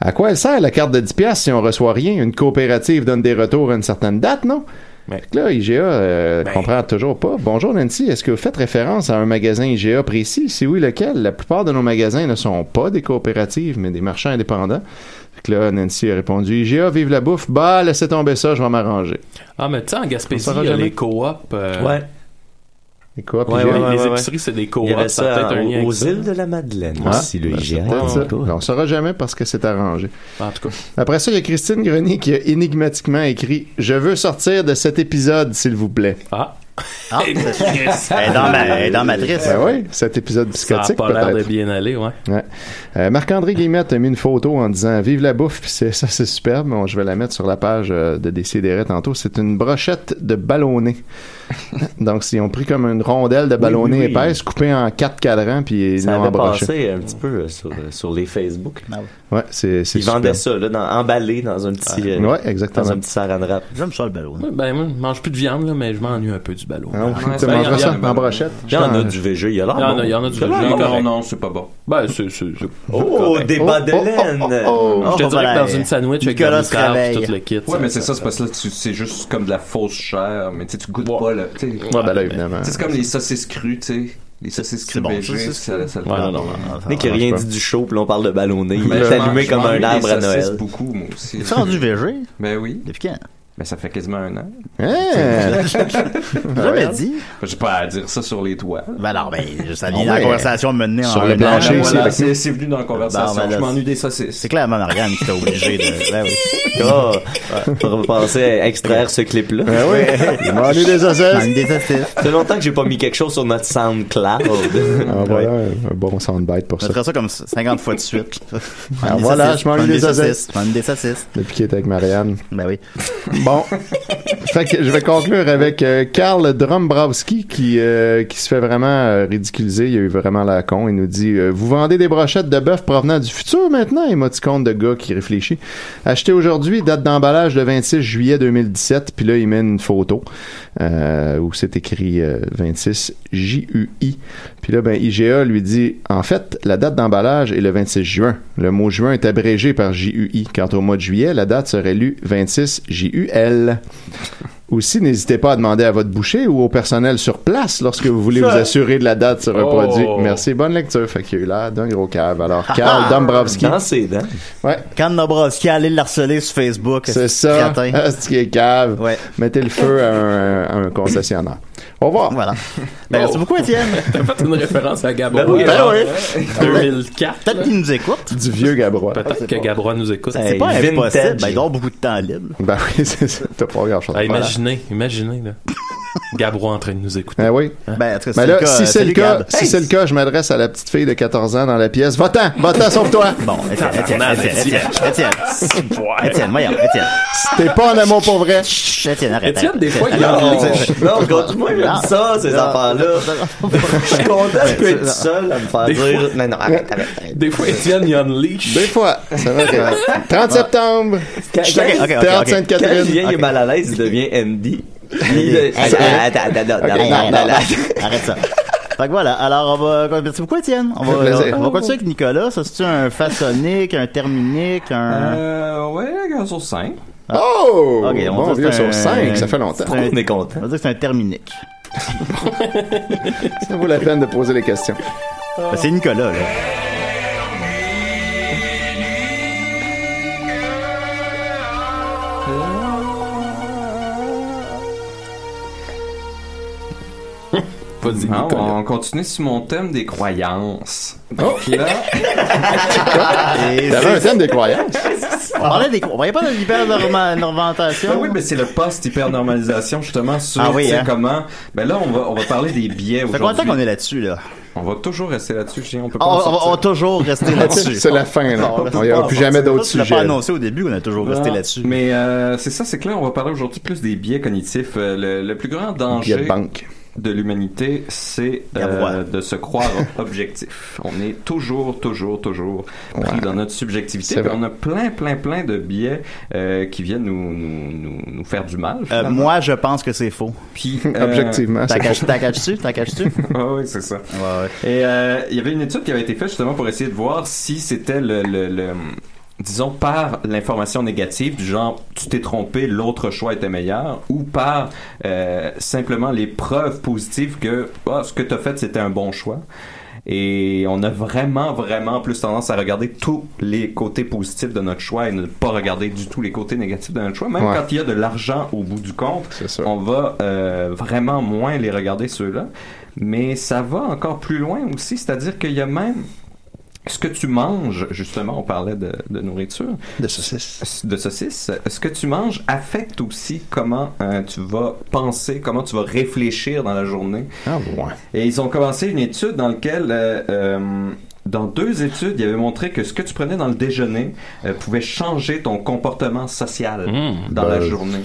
Speaker 7: À quoi elle sert la carte de 10$ piastres si on reçoit rien Une coopérative donne des retours à une certaine date, non
Speaker 8: Ouais.
Speaker 7: Fait que là, IGA euh,
Speaker 8: Ben.
Speaker 7: comprend toujours pas. Bonjour Nancy, est-ce que vous faites référence à un magasin IGA précis? Si oui, lequel? La plupart de nos magasins ne sont pas des coopératives, mais des marchands indépendants. Fait que là, Nancy a répondu IGA, vive la bouffe, bah laissez tomber ça, je vais m'arranger.
Speaker 8: Ah, mais tu sais, en Gaspésie,
Speaker 7: On saura
Speaker 8: il y a
Speaker 7: jamais.
Speaker 8: les coops. euh,
Speaker 4: Ouais.
Speaker 7: Et quoi, puis
Speaker 4: Ouais,
Speaker 8: les-
Speaker 7: IGA?
Speaker 4: ouais,
Speaker 8: les
Speaker 4: ouais,
Speaker 8: épiceries, c'est des
Speaker 4: Il
Speaker 8: coops.
Speaker 4: y avait
Speaker 8: a
Speaker 4: ça
Speaker 8: peut-être un lien
Speaker 4: en-
Speaker 8: avec
Speaker 4: aux
Speaker 8: ça.
Speaker 4: îles de la Madeleine
Speaker 7: Ah,
Speaker 4: aussi, le
Speaker 7: ben, c'est
Speaker 4: IGA.
Speaker 7: peut-être
Speaker 4: en
Speaker 7: ça.
Speaker 4: tout cas.
Speaker 7: Ben, on saura jamais parce que c'est arrangé.
Speaker 8: En tout cas.
Speaker 7: Après ça, il y a Christine Grenier qui a énigmatiquement écrit Je veux sortir de cet épisode, s'il vous plaît.
Speaker 8: Ah,
Speaker 6: Ah, elle
Speaker 3: 哎
Speaker 6: est dans ma, elle est dans Matrice.
Speaker 7: Ben oui, cet épisode
Speaker 8: ça a
Speaker 7: psychotique.
Speaker 8: pas l'air de
Speaker 7: peut-être.
Speaker 8: bien aller, ouais.
Speaker 7: Ouais. Euh, Marc-André Guillemette a mis une photo en disant Vive la bouffe, Puis c'est, ça c'est superbe. Bon, je vais la mettre sur la page euh, de Décideret tantôt. C'est une brochette de ballonné. Donc, ils ont pris comme une rondelle de ballonné
Speaker 4: oui, oui.
Speaker 7: épaisse, coupée en quatre cadrans, puis ils
Speaker 4: Ça
Speaker 7: l'ont
Speaker 4: avait
Speaker 7: embroché.
Speaker 4: passé un petit peu euh, sur, euh, sur les Facebook.
Speaker 7: Ah Ouais, c'est, c'est
Speaker 4: Ils vendaient
Speaker 7: superbe.
Speaker 4: ça, là, dans- emballé dans un petit, euh,
Speaker 7: Ouais, exactement.
Speaker 4: dans un petit saran wrap.
Speaker 6: J'aime ça le ballon.
Speaker 8: Ouais, Ben, moi, je mange plus de viande, là, mais je m'ennuie un peu du ballot.
Speaker 7: Ah, oui,
Speaker 9: Ouais,
Speaker 7: tu
Speaker 9: ça, il y en
Speaker 7: mangeras
Speaker 9: a
Speaker 7: ça
Speaker 9: du
Speaker 7: en
Speaker 9: ballonné.
Speaker 7: brochette.
Speaker 4: Il y en a du VG, il y a l'air
Speaker 8: Il y en
Speaker 4: bon.
Speaker 8: a, il y en a du
Speaker 4: Ça a l'air
Speaker 8: VG.
Speaker 4: bon.
Speaker 9: Non, non, c'est pas bon.
Speaker 8: Ben, c'est. c'est- c'est-
Speaker 4: Oh, des
Speaker 7: Oh,
Speaker 4: bas de
Speaker 7: oh, oh,
Speaker 4: laine!
Speaker 7: oh,
Speaker 6: Oh,
Speaker 8: je te dirais
Speaker 6: voilà.
Speaker 8: que dans une sandwich avec de la
Speaker 6: Nicolas
Speaker 8: moutarde
Speaker 6: travaille.
Speaker 8: pis tout le kit.
Speaker 9: Ouais, mais c'est ça, c'est parce que là, tu- c'est juste comme de la fausse chair, mais tu sais, tu goûtes
Speaker 8: Ouais.
Speaker 9: pas, là. tu sais. Tu
Speaker 7: Ouais, ben là, évidemment.
Speaker 9: sais, C'est comme les saucisses crues, tu sais. Les saucisses
Speaker 6: C'est
Speaker 9: crues
Speaker 6: bon,
Speaker 9: végé,
Speaker 6: saucisses
Speaker 9: ça ça le
Speaker 8: Ouais,
Speaker 9: prend.
Speaker 8: non, non.
Speaker 4: Nick qui a rien
Speaker 7: Ah, pas.
Speaker 4: dit du show, puis là, on parle de ballonné. Il
Speaker 9: Mais je
Speaker 4: est
Speaker 9: mange-
Speaker 4: allumé
Speaker 9: je
Speaker 4: comme
Speaker 9: mange
Speaker 4: un
Speaker 9: des
Speaker 4: arbre à
Speaker 9: saucisses
Speaker 4: Noël.
Speaker 9: beaucoup, moi aussi.
Speaker 6: Tu es rendu végé?
Speaker 9: Ben oui.
Speaker 6: Depuis quand?
Speaker 9: Mais ça fait quasiment un an. Ben,
Speaker 7: Hein?
Speaker 6: Jamais dit.
Speaker 9: J'ai pas à dire ça sur les toits.
Speaker 6: Ben alors, ben, ça vient
Speaker 7: Oh,
Speaker 6: dans la
Speaker 7: ben,
Speaker 6: conversation menée en
Speaker 7: sur le
Speaker 6: un an.
Speaker 7: plancher,
Speaker 9: Ben
Speaker 7: c'est
Speaker 9: voilà,
Speaker 7: avec
Speaker 9: c'est c'est venu dans la
Speaker 6: Ben, ben
Speaker 9: conversation.
Speaker 6: là,
Speaker 9: Je m'ennuie
Speaker 6: c'est-
Speaker 9: des saucisses.
Speaker 6: C'est clairement Marianne qui t'a obligé de. Ben oui.
Speaker 4: Ah, on va penser à extraire ce clip-là.
Speaker 7: Ben oui, il m'a enlevé des
Speaker 6: Manque
Speaker 7: assises.
Speaker 6: des saucisses.
Speaker 4: Ça fait longtemps que j'ai pas mis quelque chose sur notre SoundCloud.
Speaker 7: Ah, voilà, un- un bon soundbite pour
Speaker 6: Je
Speaker 7: ça.
Speaker 6: ferais ça comme 50 fois de suite.
Speaker 7: Ah, voilà, je m'ennuie
Speaker 6: mange
Speaker 7: des saucisses.
Speaker 6: Mange des saucisses.
Speaker 7: Depuis qu'il était avec Marianne.
Speaker 6: Ben oui.
Speaker 7: Bon, fait que je vais conclure avec euh, Karl Drombrowski qui, euh, qui se fait vraiment euh, ridiculiser. Il a eu vraiment la con. Il nous dit euh, Vous vendez des brochettes de bœuf provenant du futur maintenant Émoticône de gars qui réfléchit. Acheté aujourd'hui, date d'emballage le 26 juillet 2017. Puis là, il met une photo euh, où c'est écrit euh, 26 J-U-I. Puis là, ben, IGA lui dit En fait, la date d'emballage est le 26 juin. Le mot juin est abrégé par J-U-I. Quant au mois de juillet, la date serait lue 26 J-U-L. Aussi, n'hésitez pas à demander à votre boucher ou au personnel sur place lorsque vous voulez vous assurer de la date sur un
Speaker 8: Oh.
Speaker 7: produit. Merci. Bonne lecture. Fait qu'il y a eu l'air d'un gros cave.
Speaker 6: Ah,
Speaker 7: Alors, Karl Dombrowski.
Speaker 4: Dans ses dents.
Speaker 7: Ouais,
Speaker 6: Quand Nobrovski allait l'harceler sur Facebook,
Speaker 7: c'est ça.
Speaker 6: crétin.
Speaker 7: Ah, C'est qui est cave.
Speaker 6: Ouais.
Speaker 7: Mettez le feu à un, à un concessionnaire. Au revoir.
Speaker 6: Voilà. Ben, merci beaucoup, Étienne.
Speaker 8: oh. T'as fait une référence à Gabrois.
Speaker 4: Ben oui,
Speaker 8: genre,
Speaker 6: ben
Speaker 8: 2004.
Speaker 6: Peut-être qu'il nous écoute. Ah,
Speaker 7: Du vieux Gabrois.
Speaker 8: Peut-être que Gabrois nous écoute.
Speaker 6: C'est
Speaker 4: Hey,
Speaker 6: pas
Speaker 4: vintage.
Speaker 6: impossible. Ben, il doit avoir beaucoup de temps libre.
Speaker 7: Ben oui, c'est ça. T'as pas regardé.
Speaker 8: Ah, imaginez, imaginez, là. Gabrois en train de nous écouter.
Speaker 7: Ah oui.
Speaker 6: Ben, en tout cas,
Speaker 7: Mais
Speaker 6: le
Speaker 7: là,
Speaker 6: cas,
Speaker 7: si
Speaker 6: euh,
Speaker 7: c'est le
Speaker 6: salut,
Speaker 7: cas,
Speaker 6: Gab.
Speaker 7: si
Speaker 6: Hey.
Speaker 7: c'est le cas, je m'adresse à la petite fille de 14 ans dans la pièce. Va-t'en, va-t'en, sauve-toi.
Speaker 6: Bon, Étienne, Étienne, Étienne, Étienne, Étienne, Étienne, voyons, Étienne.
Speaker 7: T'es pas en amour pour vrai.
Speaker 6: Chut, Étienne, arrête.
Speaker 8: Étienne,
Speaker 6: arrête.
Speaker 8: des fois, il y a
Speaker 4: Non,
Speaker 6: Arrête, arrête.
Speaker 4: non, contre-moi, j'aime ça, ces affaires-là. Je suis content que tu sois seul à me faire dire. Non, non, arrête, arrête. arrête.
Speaker 8: Des fois, Étienne, il unleash.
Speaker 7: Des fois. C'est vrai que-
Speaker 6: Ah.
Speaker 7: 30 septembre.
Speaker 4: Quand,
Speaker 6: Ok, ok,
Speaker 4: quand,
Speaker 6: ok,
Speaker 7: Théâtre
Speaker 6: ok.
Speaker 4: quand
Speaker 7: Sainte-Catherine.
Speaker 4: Julien est mal à l'aise, il devient Andy. Il-
Speaker 6: hey,
Speaker 4: Attends, attends, attends, attends,
Speaker 6: Hey,
Speaker 4: attends,
Speaker 6: arrête,
Speaker 4: attends.
Speaker 6: arrête, arrête ça. Fait que voilà, alors on va. Merci beaucoup, Étienne. On va,
Speaker 7: Fait plaisir.
Speaker 6: on va continuer avec Nicolas. Ça, c'est-tu un façonnique, un therminique, un. Ah.
Speaker 9: Euh, ouais, un sur 5.
Speaker 7: Oh!
Speaker 6: Ok, on
Speaker 7: bon
Speaker 6: dit
Speaker 7: vieux
Speaker 6: c'est un-
Speaker 7: sur 5, ça fait longtemps.
Speaker 6: c'est un-
Speaker 4: On est content.
Speaker 6: On va dire que c'est un therminique.
Speaker 7: Ça vaut la peine de poser les questions.
Speaker 9: Ah.
Speaker 6: Ben, c'est Nicolas, là.
Speaker 8: Vas-y,
Speaker 9: Non,
Speaker 8: Nicolas.
Speaker 9: Ah, on continue sur mon thème des croyances.
Speaker 7: Oh!
Speaker 9: Donc là,
Speaker 7: T'avais un thème des croyances.
Speaker 6: On parlait des. On parlait pas de l'hyper-normantation.
Speaker 9: Ben oui, mais c'est le post hypernormalisation justement sur
Speaker 6: Ah oui,
Speaker 9: tu sais,
Speaker 6: hein.
Speaker 9: comment. Ben là, on va on va parler des biais
Speaker 6: fait
Speaker 9: aujourd'hui.
Speaker 6: combien de temps qu'on est là-dessus, là?
Speaker 9: On va toujours rester là-dessus. je dis, On peut pas.
Speaker 6: On,
Speaker 9: en
Speaker 6: on va-
Speaker 9: sortir.
Speaker 6: on va toujours rester là-dessus.
Speaker 7: Ah,
Speaker 6: Ah,
Speaker 7: C'est la fin, là.
Speaker 6: Non,
Speaker 7: Il n'y aura plus jamais d'autres
Speaker 6: Tu l'as pas
Speaker 7: sujets.
Speaker 6: annoncé au début, on a toujours resté
Speaker 9: Non,
Speaker 6: là-dessus.
Speaker 9: Mais euh, c'est ça, c'est que là, on va parler aujourd'hui plus des biais cognitifs. Euh, le, le plus grand
Speaker 7: Biais de
Speaker 9: danger
Speaker 7: banque.
Speaker 9: de l'humanité, c'est
Speaker 6: D'avoir.
Speaker 9: euh, de se croire objectif. On est toujours, toujours, toujours pris dans notre subjectivité.
Speaker 7: C'est
Speaker 9: Puis
Speaker 7: vrai.
Speaker 9: On a plein, plein, plein de biais euh, qui viennent nous, nous, nous, nous faire du mal.
Speaker 6: Euh,
Speaker 9: finalement.
Speaker 6: moi, je pense que c'est faux.
Speaker 9: Puis, euh,
Speaker 7: Objectivement,
Speaker 6: T'as
Speaker 7: c'est
Speaker 6: caché- t'as caché-tu? T'as caché-tu?
Speaker 9: Ah oui, c'est ça.
Speaker 6: Ouais, ouais.
Speaker 9: Et euh, il y avait une étude qui avait été faite justement pour essayer de voir si c'était le, le- le- disons par l'information négative du genre tu t'es trompé l'autre choix était meilleur ou par euh, simplement les preuves positives que Ah, ce que tu as fait c'était un bon choix et on a vraiment vraiment plus tendance à regarder tous les côtés positifs de notre choix et ne pas regarder du tout les côtés négatifs de notre choix même
Speaker 7: Ouais.
Speaker 9: quand il y a de l'argent au bout du compte
Speaker 7: C'est sûr.
Speaker 9: on va euh, vraiment moins les regarder ceux-là. Mais ça va encore plus loin aussi, c'est-à-dire qu'il y a même ce que tu manges, justement, on parlait de, de nourriture,
Speaker 7: De saucisses.
Speaker 9: de saucisses, ce que tu manges affecte aussi comment euh, tu vas penser, comment tu vas réfléchir dans la journée.
Speaker 7: Ah, ouais.
Speaker 9: Et ils ont commencé une étude dans laquelle, euh, euh, dans deux études, ils avaient montré que ce que tu prenais dans le déjeuner euh, pouvait changer ton comportement social dans la
Speaker 7: Ben,
Speaker 9: journée.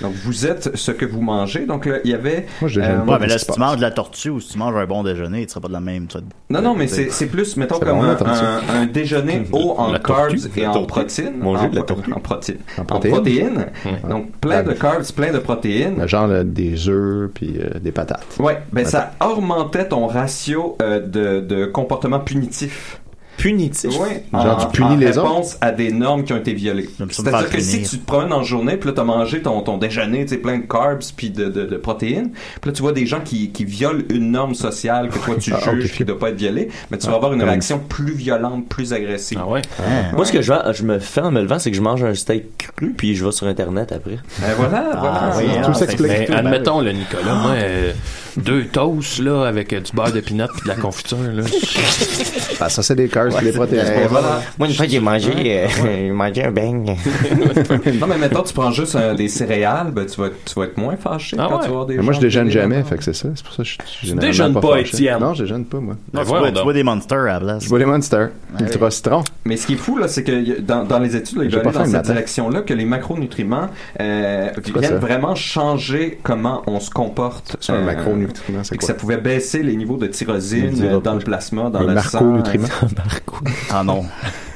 Speaker 9: Donc vous êtes ce que vous mangez. Donc là, il y avait. euh,
Speaker 7: Moi, je déjeune
Speaker 6: Ouais,
Speaker 7: pas.
Speaker 6: mais là,
Speaker 7: qu'est-ce
Speaker 6: si
Speaker 7: qui
Speaker 6: tu
Speaker 7: se passe?
Speaker 6: manges de la tortue ou si tu manges un bon déjeuner, tu seras pas de la même. tu vas-
Speaker 9: Non, non,
Speaker 6: Euh,
Speaker 9: mais c'est c'est plus, mettons,
Speaker 7: C'est
Speaker 9: comme
Speaker 7: bon,
Speaker 9: un,
Speaker 7: attention.
Speaker 6: hein,
Speaker 9: un- un déjeuner haut en
Speaker 8: la
Speaker 9: carbs
Speaker 8: tortue,
Speaker 9: et
Speaker 8: la
Speaker 9: en
Speaker 8: tortue.
Speaker 9: protéines.
Speaker 4: Manger
Speaker 9: en,
Speaker 4: de la
Speaker 9: pro-
Speaker 4: tortue.
Speaker 9: En protéines. En
Speaker 7: protéines.
Speaker 9: protéines. Donc plein de carbs, plein de protéines.
Speaker 7: Mais Genre là, des œufs puis euh, des patates.
Speaker 9: Ouais, ben ça augmentait ton ratio euh, de, de comportement punitif.
Speaker 4: Punitif.
Speaker 9: Ouais,
Speaker 7: Genre, tu punis les autres?
Speaker 9: réponse à des normes qui ont été violées.
Speaker 6: Comme ça, me
Speaker 9: C'est-à-dire
Speaker 6: faire
Speaker 9: que si
Speaker 6: punir.
Speaker 9: tu te promènes en journée, puis là, t'as mangé ton, ton déjeuner, tu sais, plein de carbs, puis de, de, de protéines, puis là, tu vois des gens qui, qui violent une norme sociale que toi, tu
Speaker 7: Ah, ok, Ah.
Speaker 9: juges qui
Speaker 7: flip.
Speaker 9: doit pas être violée, mais tu vas avoir une
Speaker 7: quand même.
Speaker 9: réaction plus violente, plus agressive.
Speaker 8: Ah ouais?
Speaker 6: Hein?
Speaker 4: Moi, ce que je, vais- je me fais en me levant, c'est que je mange un steak cru, puis je vais sur Internet après.
Speaker 9: Ben voilà, voilà.
Speaker 6: oui,
Speaker 7: Tout
Speaker 6: hein,
Speaker 7: s'explique.
Speaker 6: c'est-
Speaker 8: Mais
Speaker 6: ben
Speaker 8: admettons, le
Speaker 9: Ah.
Speaker 8: Nicolas, moi, euh, deux toasts, là, avec euh, du beurre de pinot et de la confiture, là.
Speaker 7: Ben, ça, c'est des carbs puis des
Speaker 9: Ben
Speaker 7: protéines.
Speaker 9: voilà.
Speaker 4: Moi, une fois, j'ai mangé, euh, j'ai mangé un beigne.
Speaker 9: Non, mais maintenant, tu prends juste euh, des céréales, ben, tu vas, être- tu vas être moins fâché
Speaker 8: Ah
Speaker 9: quand
Speaker 8: ouais.
Speaker 9: tu vas avoir des
Speaker 7: Mais moi, je
Speaker 9: gens
Speaker 7: déjeune
Speaker 9: qui-
Speaker 7: jamais, fait que c'est ça. C'est pour ça que je suis généralement
Speaker 8: déjeunes pas,
Speaker 7: fâché.
Speaker 8: Étienne.
Speaker 7: Non, je déjeune pas, moi.
Speaker 6: Non, tu,
Speaker 8: voyons
Speaker 6: bois, tu
Speaker 8: donc.
Speaker 6: bois des monsters à la place.
Speaker 7: Je bois des Monster, Ultra Citron.
Speaker 9: Mais ce qui est fou, là, c'est que y a- dans, dans les études, là, ils
Speaker 7: J'ai
Speaker 9: ont
Speaker 7: pas
Speaker 9: allé
Speaker 7: faim
Speaker 9: dans
Speaker 7: le
Speaker 9: cette
Speaker 7: matin.
Speaker 9: direction-là que les macronutriments euh,
Speaker 7: quoi,
Speaker 9: viennent
Speaker 7: ça?
Speaker 9: vraiment changer comment on se comporte.
Speaker 7: C'est un
Speaker 9: euh,
Speaker 7: macronutriment, c'est
Speaker 9: et que
Speaker 7: quoi?
Speaker 9: ça pouvait baisser les niveaux de
Speaker 7: Me
Speaker 9: tyrosine
Speaker 7: dira
Speaker 9: euh, dans
Speaker 7: pas.
Speaker 9: le plasma, dans
Speaker 7: Un
Speaker 9: le sang.
Speaker 7: macronutriment.
Speaker 6: Ah non.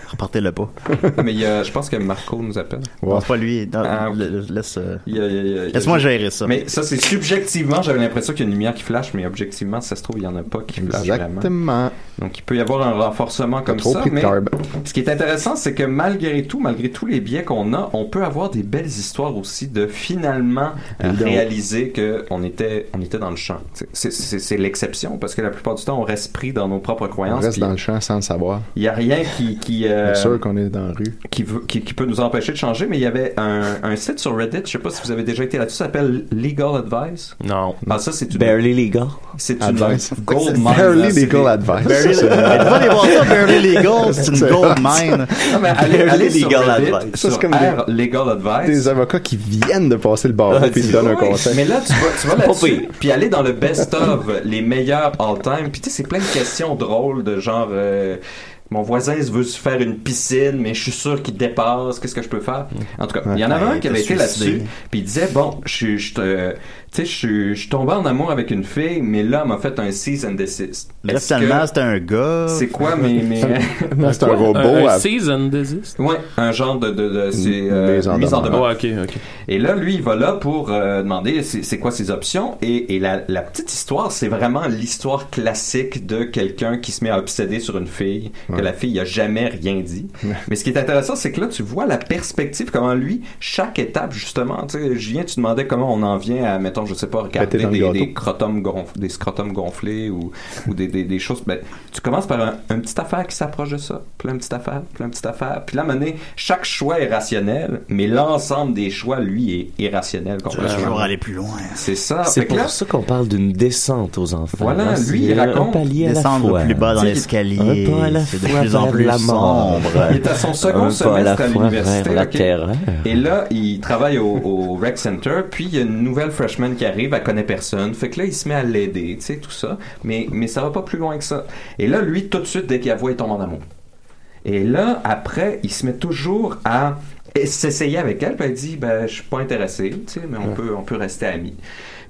Speaker 6: Reportez-le pas.
Speaker 9: etc. Mais il y a- je pense que Marco nous appelle.
Speaker 7: Ouais.
Speaker 6: Non, c'est pas lui. Non,
Speaker 9: Ah, ok.
Speaker 6: le- le- laisse, euh,
Speaker 9: Il y a- il y a- il y a-
Speaker 6: Laisse-moi gérer ça.
Speaker 9: Mais ça, c'est subjectivement. J'avais l'impression qu'il y a une lumière qui flash, mais objectivement, ça se trouve, il n'y en a pas qui flash vraiment.
Speaker 7: Exactement.
Speaker 9: Donc, il peut y avoir un renforcement
Speaker 7: T'as
Speaker 9: comme
Speaker 7: trop
Speaker 9: ça.
Speaker 7: pris de
Speaker 9: mais
Speaker 7: carbs.
Speaker 9: ce qui est intéressant, c'est que malgré tout, malgré tous les biais qu'on a, on peut avoir des belles histoires aussi de finalement euh,
Speaker 7: Dis donc.
Speaker 9: réaliser que on était, on était dans le champ. C'est- c'est- C'est c'est l'exception parce que la plupart du temps, on reste pris dans nos propres
Speaker 7: On
Speaker 9: croyances.
Speaker 7: reste
Speaker 9: puis
Speaker 7: dans le champ sans le savoir.
Speaker 9: Il n'y a rien qui, qui, euh,
Speaker 7: C'est sûr qu'on est dans la rue.
Speaker 9: qui, veut- qui- qui peut nous empêcher de changer, mais il y avait un, un site sur Reddit, je sais pas si vous avez déjà été là-dessus, ça s'appelle Legal Advice.
Speaker 8: Non.
Speaker 9: Ah, ça, c'est une,
Speaker 4: Barely legal.
Speaker 9: c'est une
Speaker 7: Advice.
Speaker 9: gold
Speaker 7: C'est
Speaker 9: mine, là,
Speaker 7: Barely
Speaker 9: c'est
Speaker 7: legal
Speaker 9: des-
Speaker 7: advice.
Speaker 6: Barely-
Speaker 7: Ça, c'est-
Speaker 6: Mais va aller voir ça, Barely Legal, c'est une gold mine.
Speaker 9: Non, mais allez,
Speaker 4: Barely
Speaker 9: allez sur
Speaker 4: legal
Speaker 9: Reddit,
Speaker 4: advice.
Speaker 7: Ça, c'est
Speaker 9: sur
Speaker 7: comme
Speaker 9: R, Legal Advice.
Speaker 7: Des avocats qui viennent de passer le barreau puis
Speaker 4: Ah,
Speaker 7: ils te
Speaker 4: dis-
Speaker 7: donnent un
Speaker 9: Oui, Mais
Speaker 7: conseil.
Speaker 9: là, tu vas, tu vas
Speaker 4: Pas
Speaker 9: là-dessus,
Speaker 4: pire.
Speaker 9: puis aller dans le best-of, les meilleurs all-time. Puis tu sais, c'est plein de questions drôles de genre... euh, mon voisin il veut se faire une piscine, mais je suis sûr qu'il dépasse. Qu'est-ce que je peux faire?
Speaker 7: Mm.
Speaker 9: En tout cas, il y en avait
Speaker 6: Ouais,
Speaker 9: un qui avait
Speaker 6: t'es
Speaker 9: été là-dessus,
Speaker 6: suicidé.
Speaker 9: puis il disait, bon, je suis- je te- tu sais, je suis- je suis tombé en amour avec une fille, mais là, elle m'a fait un cease and desist.
Speaker 6: Mais là,
Speaker 9: Est-ce que-
Speaker 6: finalement, c'était un gars.
Speaker 9: C'est quoi mes... mes...
Speaker 7: Non, C'est un robot.
Speaker 8: Un,
Speaker 6: euh,
Speaker 7: à-
Speaker 8: season disease?
Speaker 9: ouais, un genre de... de, de c'est, euh,
Speaker 7: Mise en
Speaker 9: mise en
Speaker 7: demeure.
Speaker 9: demeure.
Speaker 8: Ouais, ok, ok.
Speaker 9: Et là, lui, il va là pour euh, demander c'est c'est quoi ses options. Et, et la, la petite histoire, c'est vraiment l'histoire classique de quelqu'un qui se met à obséder sur une fille, que la fille a jamais rien dit. Mais ce qui est intéressant, c'est que là, tu vois la perspective, comment lui, chaque étape, justement, tu sais, Julien, tu demandais comment on en vient à, mettons, genre, je sais pas, regarder
Speaker 7: Péter dans le
Speaker 9: des,
Speaker 7: gâteau.
Speaker 9: des, crotums gonf- des scrotums gonflés ou, ou des, des, des choses. Ben, tu commences par un, une petite affaire qui s'approche de ça, puis une petite affaire, puis une petite affaire. Puis là, à un moment donné, chaque choix est rationnel, mais l'ensemble des choix, lui, est irrationnel.
Speaker 6: Tu vas toujours aller plus loin.
Speaker 9: C'est ça.
Speaker 4: C'est
Speaker 9: Fait que
Speaker 4: pour
Speaker 9: là-
Speaker 4: ça qu'on parle d'une descente aux enfants.
Speaker 9: Voilà,
Speaker 4: hein.
Speaker 9: lui,
Speaker 4: C'est
Speaker 9: il
Speaker 4: un
Speaker 9: raconte
Speaker 4: palier à la
Speaker 6: descendre
Speaker 4: fois.
Speaker 6: plus bas dans
Speaker 4: Tu sais,
Speaker 6: l'escalier,
Speaker 4: un pas à la
Speaker 6: c'est de
Speaker 4: fois
Speaker 6: plus en
Speaker 4: vers
Speaker 6: plus
Speaker 4: la mort.
Speaker 6: sombre.
Speaker 9: Il est à son second
Speaker 4: Un pas à la
Speaker 9: semestre à
Speaker 4: fois
Speaker 9: l'université.
Speaker 4: vers la
Speaker 9: ok?
Speaker 4: terreur.
Speaker 9: Et là, il travaille au, au rec center, puis il y a une nouvelle freshman qui arrive, elle connaît personne. Fait que là, il se met à l'aider, tu sais, tout ça. Mais, mais ça va pas plus loin que ça. Et là, lui, tout de suite, dès qu'il la voit, il tombe en amour. Et là, après, il se met toujours à s'essayer avec elle, puis elle dit, ben, je suis pas intéressé, tu sais, mais on, peut, on peut rester amis.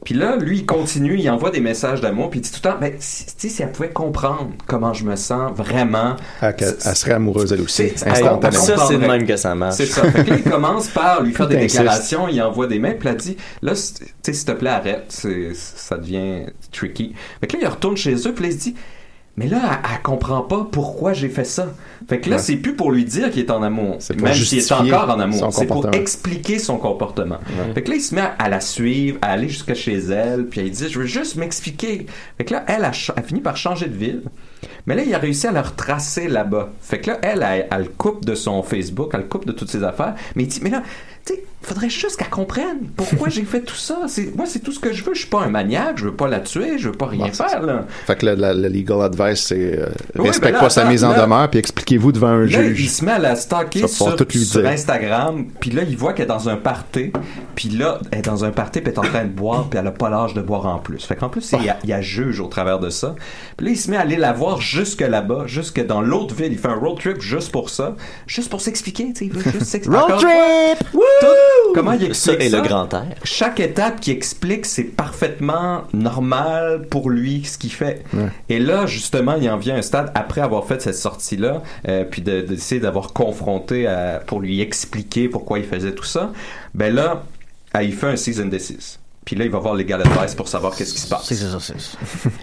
Speaker 9: Puis là, lui, il continue, il envoie des messages d'amour, puis il dit tout le temps, ben, si- tu sais, si elle pouvait comprendre comment je me sens vraiment,
Speaker 7: Ah, qu'elle- Elle, serait amoureuse elle aussi,
Speaker 9: C'est-
Speaker 4: Hey,
Speaker 7: instantanément.
Speaker 4: ça, c'est de même que ça marche.
Speaker 9: c'est ça. Fait que là, il commence par lui faire
Speaker 7: Tout
Speaker 9: des
Speaker 7: insiste.
Speaker 9: déclarations, il envoie des mails, puis elle dit là, c'est- tu sais, s'il te plaît, arrête, c'est- ça devient tricky. Fait que là, il retourne chez eux, puis là, il se dit mais là, elle, elle comprend pas pourquoi j'ai fait ça. Fait que là,
Speaker 7: Ouais.
Speaker 9: c'est plus pour lui dire qu'il est en amour,
Speaker 7: C'est pour
Speaker 9: même s'il est
Speaker 7: justifier
Speaker 9: encore en
Speaker 7: son
Speaker 9: amour. C'est pour
Speaker 7: comportement.
Speaker 9: expliquer son comportement. Fait que là, il se met à, à la suivre, à aller jusqu'à chez elle, puis il dit je veux juste m'expliquer. Fait que là, elle a, cha- elle finit par changer de ville. Mais là, il a réussi à la retracer là-bas. Fait que là, elle, elle, elle le coupe de son Facebook, elle le coupe de toutes ses affaires. Mais il dit, mais là, tu sais, faudrait juste qu'elle comprenne pourquoi j'ai fait tout ça. C'est, moi, c'est tout ce que je veux. Je suis pas un maniaque, je veux pas la tuer, je veux pas rien
Speaker 7: Ouais, c'est
Speaker 9: faire, là.
Speaker 7: Fait que le, la- le legal advice, c'est euh,
Speaker 9: Oui,
Speaker 7: respecte
Speaker 9: ben là,
Speaker 7: pas sa
Speaker 9: attends,
Speaker 7: mise en
Speaker 9: là-
Speaker 7: demeure, puis expliquez-vous devant un
Speaker 9: Là, il
Speaker 7: juge.
Speaker 9: se met à la
Speaker 7: Tu
Speaker 9: stalker
Speaker 7: vas pouvoir
Speaker 9: sur,
Speaker 7: tout lui
Speaker 9: sur
Speaker 7: dire.
Speaker 9: Instagram. Puis là, il voit qu'elle est dans un party. Puis là, elle est dans un party, puis elle est en train de boire, puis elle a pas l'âge de boire en plus. Fait qu'en plus, il y, a, il y a juge au travers de ça. Puis là, il se met à aller la voir jusque là-bas, jusque dans l'autre ville. Il fait un road trip juste pour ça, juste pour s'expliquer. tu sais, il veut juste s'expliquer.
Speaker 4: Road
Speaker 9: Encore une fois,
Speaker 4: trip!
Speaker 9: tout- comment il
Speaker 4: Ça
Speaker 9: explique
Speaker 4: et
Speaker 9: ça?
Speaker 4: le grand air.
Speaker 9: chaque étape qui explique, c'est parfaitement normal pour lui ce qu'il fait. Et là, justement, il en vient à un stade après avoir fait cette sortie-là, euh, puis de- d'essayer d'avoir confronté à- pour lui expliquer pourquoi il faisait tout ça. Ben là, ah, il fait un season D6. Puis là, il va voir Legal Advice pour savoir qu'est-ce qui se passe.
Speaker 6: C'est ça, c'est ça.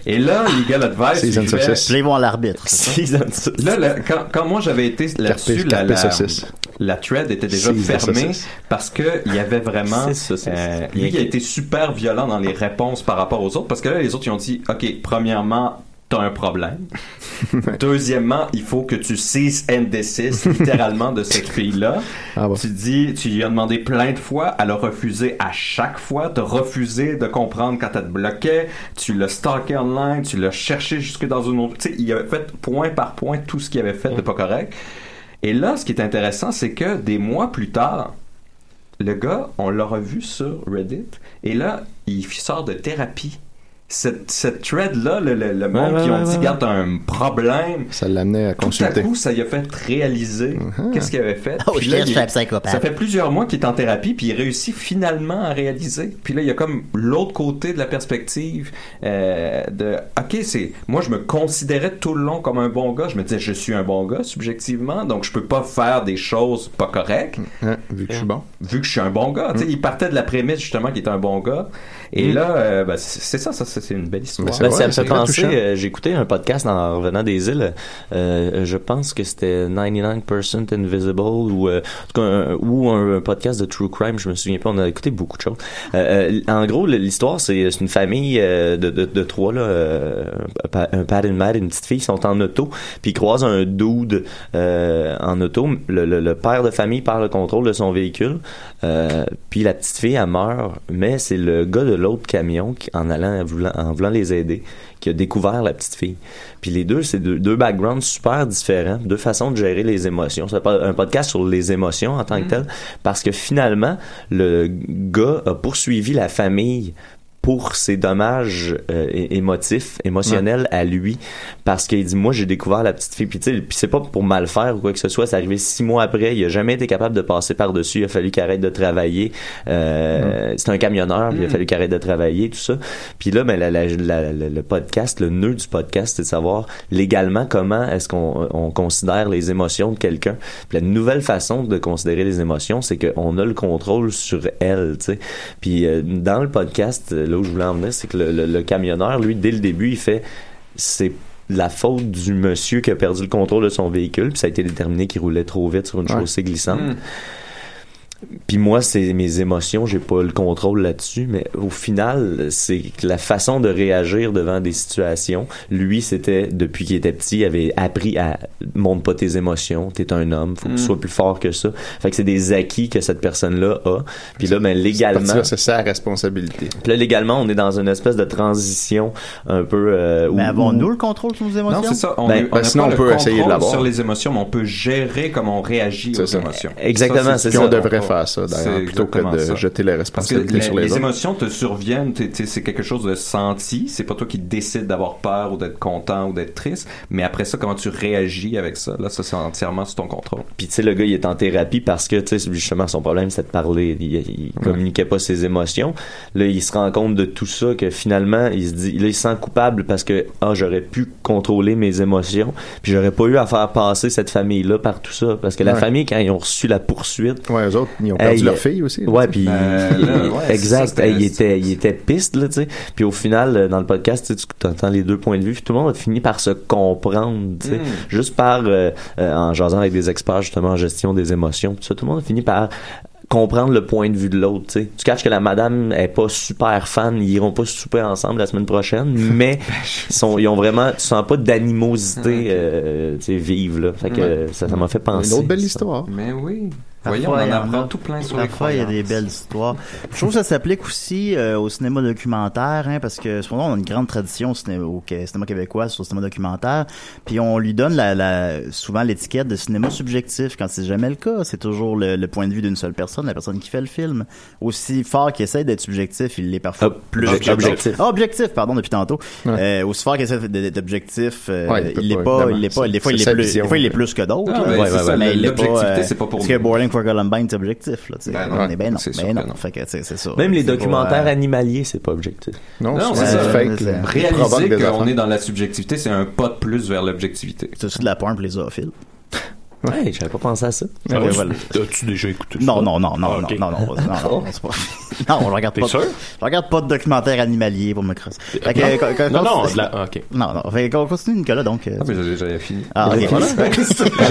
Speaker 9: Et là, Legal Advice.
Speaker 7: Season
Speaker 9: il fait-
Speaker 7: success.
Speaker 6: Puis là, ils vont à l'arbitre. c'est ça?
Speaker 9: Là, le- quand, quand moi j'avais été là-dessus,
Speaker 7: Carpe-
Speaker 9: la,
Speaker 7: carpe
Speaker 9: la,
Speaker 7: saucisse.
Speaker 9: la thread était déjà
Speaker 7: Seize la
Speaker 9: fermée
Speaker 7: saucisse.
Speaker 9: parce que il y avait vraiment.
Speaker 4: C'est ça, c'est ça.
Speaker 9: euh, lui, il a été super violent dans les réponses par rapport aux autres parce que là, les autres, ils ont dit OK, premièrement, t'as un problème. Deuxièmement, il faut que tu seises and desist littéralement de cette fille-là.
Speaker 7: Ah bon.
Speaker 9: Tu dis, tu lui as demandé plein de fois, elle a refusé à chaque fois, t'as refusé de comprendre quand elle te bloquait, tu l'as stalké online, tu l'as cherché jusque dans une autre... Tu sais, il avait fait point par point tout ce qu'il avait fait de
Speaker 4: Mm.
Speaker 9: pas correct. Et là, ce qui est intéressant, c'est que des mois plus tard, le gars, on l'a revu sur Reddit, et là, il sort de thérapie. Cette, cette thread-là, le, le- le monde
Speaker 4: Ouais, ouais,
Speaker 9: qui ont
Speaker 4: ouais,
Speaker 9: dit,
Speaker 4: ouais.
Speaker 9: garde, t'as un problème,
Speaker 7: Ça l'amenait à
Speaker 9: tout à
Speaker 7: consulter. Uh-huh.
Speaker 9: coup, ça lui a fait réaliser qu'est-ce qu'il avait fait.
Speaker 6: Oh,
Speaker 9: Puis
Speaker 6: je
Speaker 9: là,
Speaker 6: te
Speaker 9: il-
Speaker 6: suis un psychopathe.
Speaker 9: ça fait plusieurs mois qu'il est en thérapie, puis il réussit finalement à réaliser. Puis là, il y a comme l'autre côté de la perspective euh, de OK, c'est moi, je me considérais tout le long comme un bon gars. Je me disais, je suis un bon gars subjectivement, donc je peux pas faire des choses pas correctes
Speaker 7: Hein, vu que je suis bon. Mm.
Speaker 9: vu que je suis un bon gars. Tu sais, Il partait de la prémisse justement qu'il était un bon gars. Et là, euh, ben, c'est c'est ça, ça, ça, c'est une belle histoire.
Speaker 7: Ben, c'est
Speaker 4: Ben,
Speaker 7: vrai,
Speaker 4: ça me
Speaker 7: c'est
Speaker 4: fait
Speaker 7: très
Speaker 4: penser,
Speaker 7: touchant.
Speaker 4: euh, j'ai écouté un podcast en revenant des îles, euh, je pense que c'était 99% Invisible ou, euh, en tout cas, un, ou un, un podcast de True Crime, je me souviens pas, on a écouté beaucoup de choses. Euh, euh, en gros, le- l'histoire, c'est c'est une famille euh, de, de, de trois, là, euh, un pa- un père, une mère et une petite fille, ils sont en auto, puis ils croisent un dude euh, en auto. Le, le- le père de famille perd le contrôle de son véhicule, euh, puis la petite fille, elle meurt, mais c'est le gars de l'autre camion qui, en allant, en voulant, en voulant les aider, qui a découvert la petite fille. Puis les deux, c'est deux, deux backgrounds super différents, deux façons de gérer les émotions. C'est pas- un podcast sur les émotions en tant que tel, parce que finalement, le gars a poursuivi la famille pour ses dommages euh, é- émotifs, émotionnels à lui, parce qu'il dit moi j'ai découvert la petite fille, puis tu sais, puis c'est pas pour mal faire ou quoi que ce soit, c'est arrivé six mois après, il a jamais été capable de passer par dessus, il a fallu qu'il arrête de travailler, euh, c'est un camionneur, puis il a fallu qu'il arrête de travailler, tout ça, puis là ben la- la- la- la- le podcast, le nœud du podcast, c'est de savoir légalement comment est-ce qu'on on considère les émotions de quelqu'un, puis la nouvelle façon de considérer les émotions, c'est qu'on a le contrôle sur elle, tu sais. Puis euh, dans le podcast, euh, là où je voulais en venir, c'est que le, le- le camionneur, lui, dès le début, il fait c'est la faute du monsieur qui a perdu le contrôle de son véhicule, puis ça a été déterminé qu'il roulait trop vite sur une
Speaker 7: Ouais.
Speaker 4: chaussée glissante. Puis moi, c'est mes émotions, j'ai pas le contrôle là-dessus, mais au final, c'est que la façon de réagir devant des situations. Lui, c'était depuis qu'il était petit, il avait appris à montre pas tes émotions, t'es un homme, faut que tu
Speaker 7: Mm.
Speaker 4: sois plus fort que ça. Fait que c'est des acquis que cette personne-là a. Puis là, ben légalement,
Speaker 7: C'est sa responsabilité.
Speaker 4: puis là, légalement, on est dans une espèce de transition un peu. euh, où-
Speaker 6: Mais avons-nous le contrôle sur nos émotions?
Speaker 4: Non,
Speaker 9: C'est ça, on,
Speaker 4: Ben,
Speaker 9: on
Speaker 4: ben,
Speaker 9: a
Speaker 4: sinon,
Speaker 9: pas
Speaker 4: on
Speaker 9: le
Speaker 4: peut essayer de
Speaker 9: contrôle
Speaker 4: l'avoir.
Speaker 9: sur les émotions, mais on peut gérer comment on réagit aux émotions.
Speaker 6: Euh,
Speaker 4: Exactement, c'est
Speaker 7: Puis
Speaker 4: ça.
Speaker 7: on devrait
Speaker 4: On-
Speaker 7: faire ça, d'ailleurs,
Speaker 9: c'est
Speaker 7: plutôt que
Speaker 9: exactement
Speaker 7: de
Speaker 9: ça.
Speaker 7: jeter la
Speaker 9: Parce que
Speaker 7: responsabilité
Speaker 9: la-
Speaker 7: sur les, autres.
Speaker 9: émotions te surviennent, t'es- t'es- c'est quelque chose de senti, c'est pas toi qui décides d'avoir peur ou d'être content ou d'être triste, mais après ça, comment tu réagis avec ça, là, ça c'est entièrement sous ton contrôle.
Speaker 4: Puis tu sais, le gars, il est en thérapie parce que, tu sais, justement, son problème, c'est de parler. Il, il communiquait pas ses émotions. Là, il se rend compte de tout ça, que finalement, il se dit, là, il se sent coupable parce que, ah, j'aurais pu contrôler mes émotions, puis j'aurais pas eu à faire passer cette famille-là par tout ça. Parce que la
Speaker 7: Ouais.
Speaker 4: famille, quand ils ont reçu la poursuite...
Speaker 7: Ouais, eux autres, ils ont perdu
Speaker 4: Hey,
Speaker 7: leur fille aussi. là,
Speaker 4: Ouais,
Speaker 7: tu sais.
Speaker 4: puis exact. hey, il était, il était piste là, tu sais. Puis au final, euh, dans le podcast, tu sais, tu entends les deux points de vue, puis tout le monde a fini par se comprendre, tu sais,
Speaker 9: Mm.
Speaker 7: Hmm.
Speaker 4: juste par euh, euh, en jasant avec des experts justement en gestion des émotions, tout ça. Tout le monde a fini par comprendre le point de vue de l'autre, tu sais. Tu caches que la madame est pas super fan, ils iront pas souper ensemble la semaine prochaine, mais ils, sont, ils ont vraiment, tu sens pas d'animosité, euh, tu sais, vive là. Fait que euh, ça, ça m'a fait penser.
Speaker 7: Ah, Une autre belle histoire. hein.
Speaker 9: Mais oui.
Speaker 6: Parfois,
Speaker 9: Voyons, on en
Speaker 6: il y
Speaker 9: apprend
Speaker 6: a.
Speaker 9: tout plein sur les
Speaker 6: Parfois, il y a des
Speaker 9: croyances.
Speaker 6: belles histoires. Je trouve que ça s'applique aussi euh, au cinéma documentaire, hein, parce que souvent, on a une grande tradition au cinéma, au qué- cinéma québécois sur le cinéma documentaire, puis on lui donne la, la- souvent l'étiquette de cinéma subjectif, quand c'est jamais le cas. C'est toujours le, le point de vue d'une seule personne, la personne qui fait le film. Aussi fort qu'il essaie d'être subjectif, il l'est parfois
Speaker 4: Ob-
Speaker 6: plus
Speaker 4: objectif.
Speaker 6: objectif. Ah, objectif, pardon, depuis tantôt. Euh, aussi fort qu'il essaie d'être objectif, euh,
Speaker 7: Ouais, il peut
Speaker 6: il l'est
Speaker 7: pas,
Speaker 6: pas,
Speaker 7: évidemment.
Speaker 6: il l'est pas. Des fois,
Speaker 7: C'est
Speaker 6: il
Speaker 7: sa
Speaker 6: est plus,
Speaker 7: vision.
Speaker 6: des fois, il est plus que d'autres.
Speaker 9: Ah,
Speaker 6: là.
Speaker 9: ben, c'est ça,
Speaker 6: mais il est pas,
Speaker 9: l'objectivité,
Speaker 6: euh,
Speaker 9: c'est pas pour
Speaker 6: Parce
Speaker 9: nous.
Speaker 6: que Boiling for Columbine, c'est objectif, là, tu sais.
Speaker 9: Ben non,
Speaker 6: on est bien non,
Speaker 9: c'est sûr
Speaker 6: ben
Speaker 9: que
Speaker 6: non.
Speaker 9: non.
Speaker 6: Fait que, tu sais, c'est ça.
Speaker 4: Même les
Speaker 6: C'est pas,
Speaker 4: documentaires
Speaker 6: euh,
Speaker 4: animaliers, c'est pas objectif.
Speaker 7: Non,
Speaker 9: Non,
Speaker 7: c'est
Speaker 9: c'est ça.
Speaker 7: fake.
Speaker 6: C'est-
Speaker 7: là. Ils provoquent
Speaker 9: Réaliser
Speaker 7: des enfants.
Speaker 9: qu'on est dans la subjectivité, c'est un pas de plus vers l'objectivité.
Speaker 6: C'est aussi de la porn pour les zoophiles.
Speaker 4: Ouais, j'avais pas pensé à ça.
Speaker 6: Ah, ouais, voilà.
Speaker 8: As-tu déjà écouté ça?
Speaker 6: Non, non, non, non,
Speaker 8: Ah, ok.
Speaker 6: non, non, non, non, non, non, c'est pas. Non, je regarde
Speaker 8: T'es
Speaker 6: pas. de-
Speaker 8: sûr?
Speaker 6: Je regarde pas de documentaire animalier pour me crosser.
Speaker 9: Euh,
Speaker 6: Fait que,
Speaker 8: Non.
Speaker 6: quand- quand-
Speaker 8: Non,
Speaker 6: quand-
Speaker 8: non, de la- ok.
Speaker 6: Non, non. Fait qu'on continue, Nicolas, donc. euh,
Speaker 9: Ah, mais j'avais- j'avais fini.
Speaker 6: Ah, ok.
Speaker 7: Ils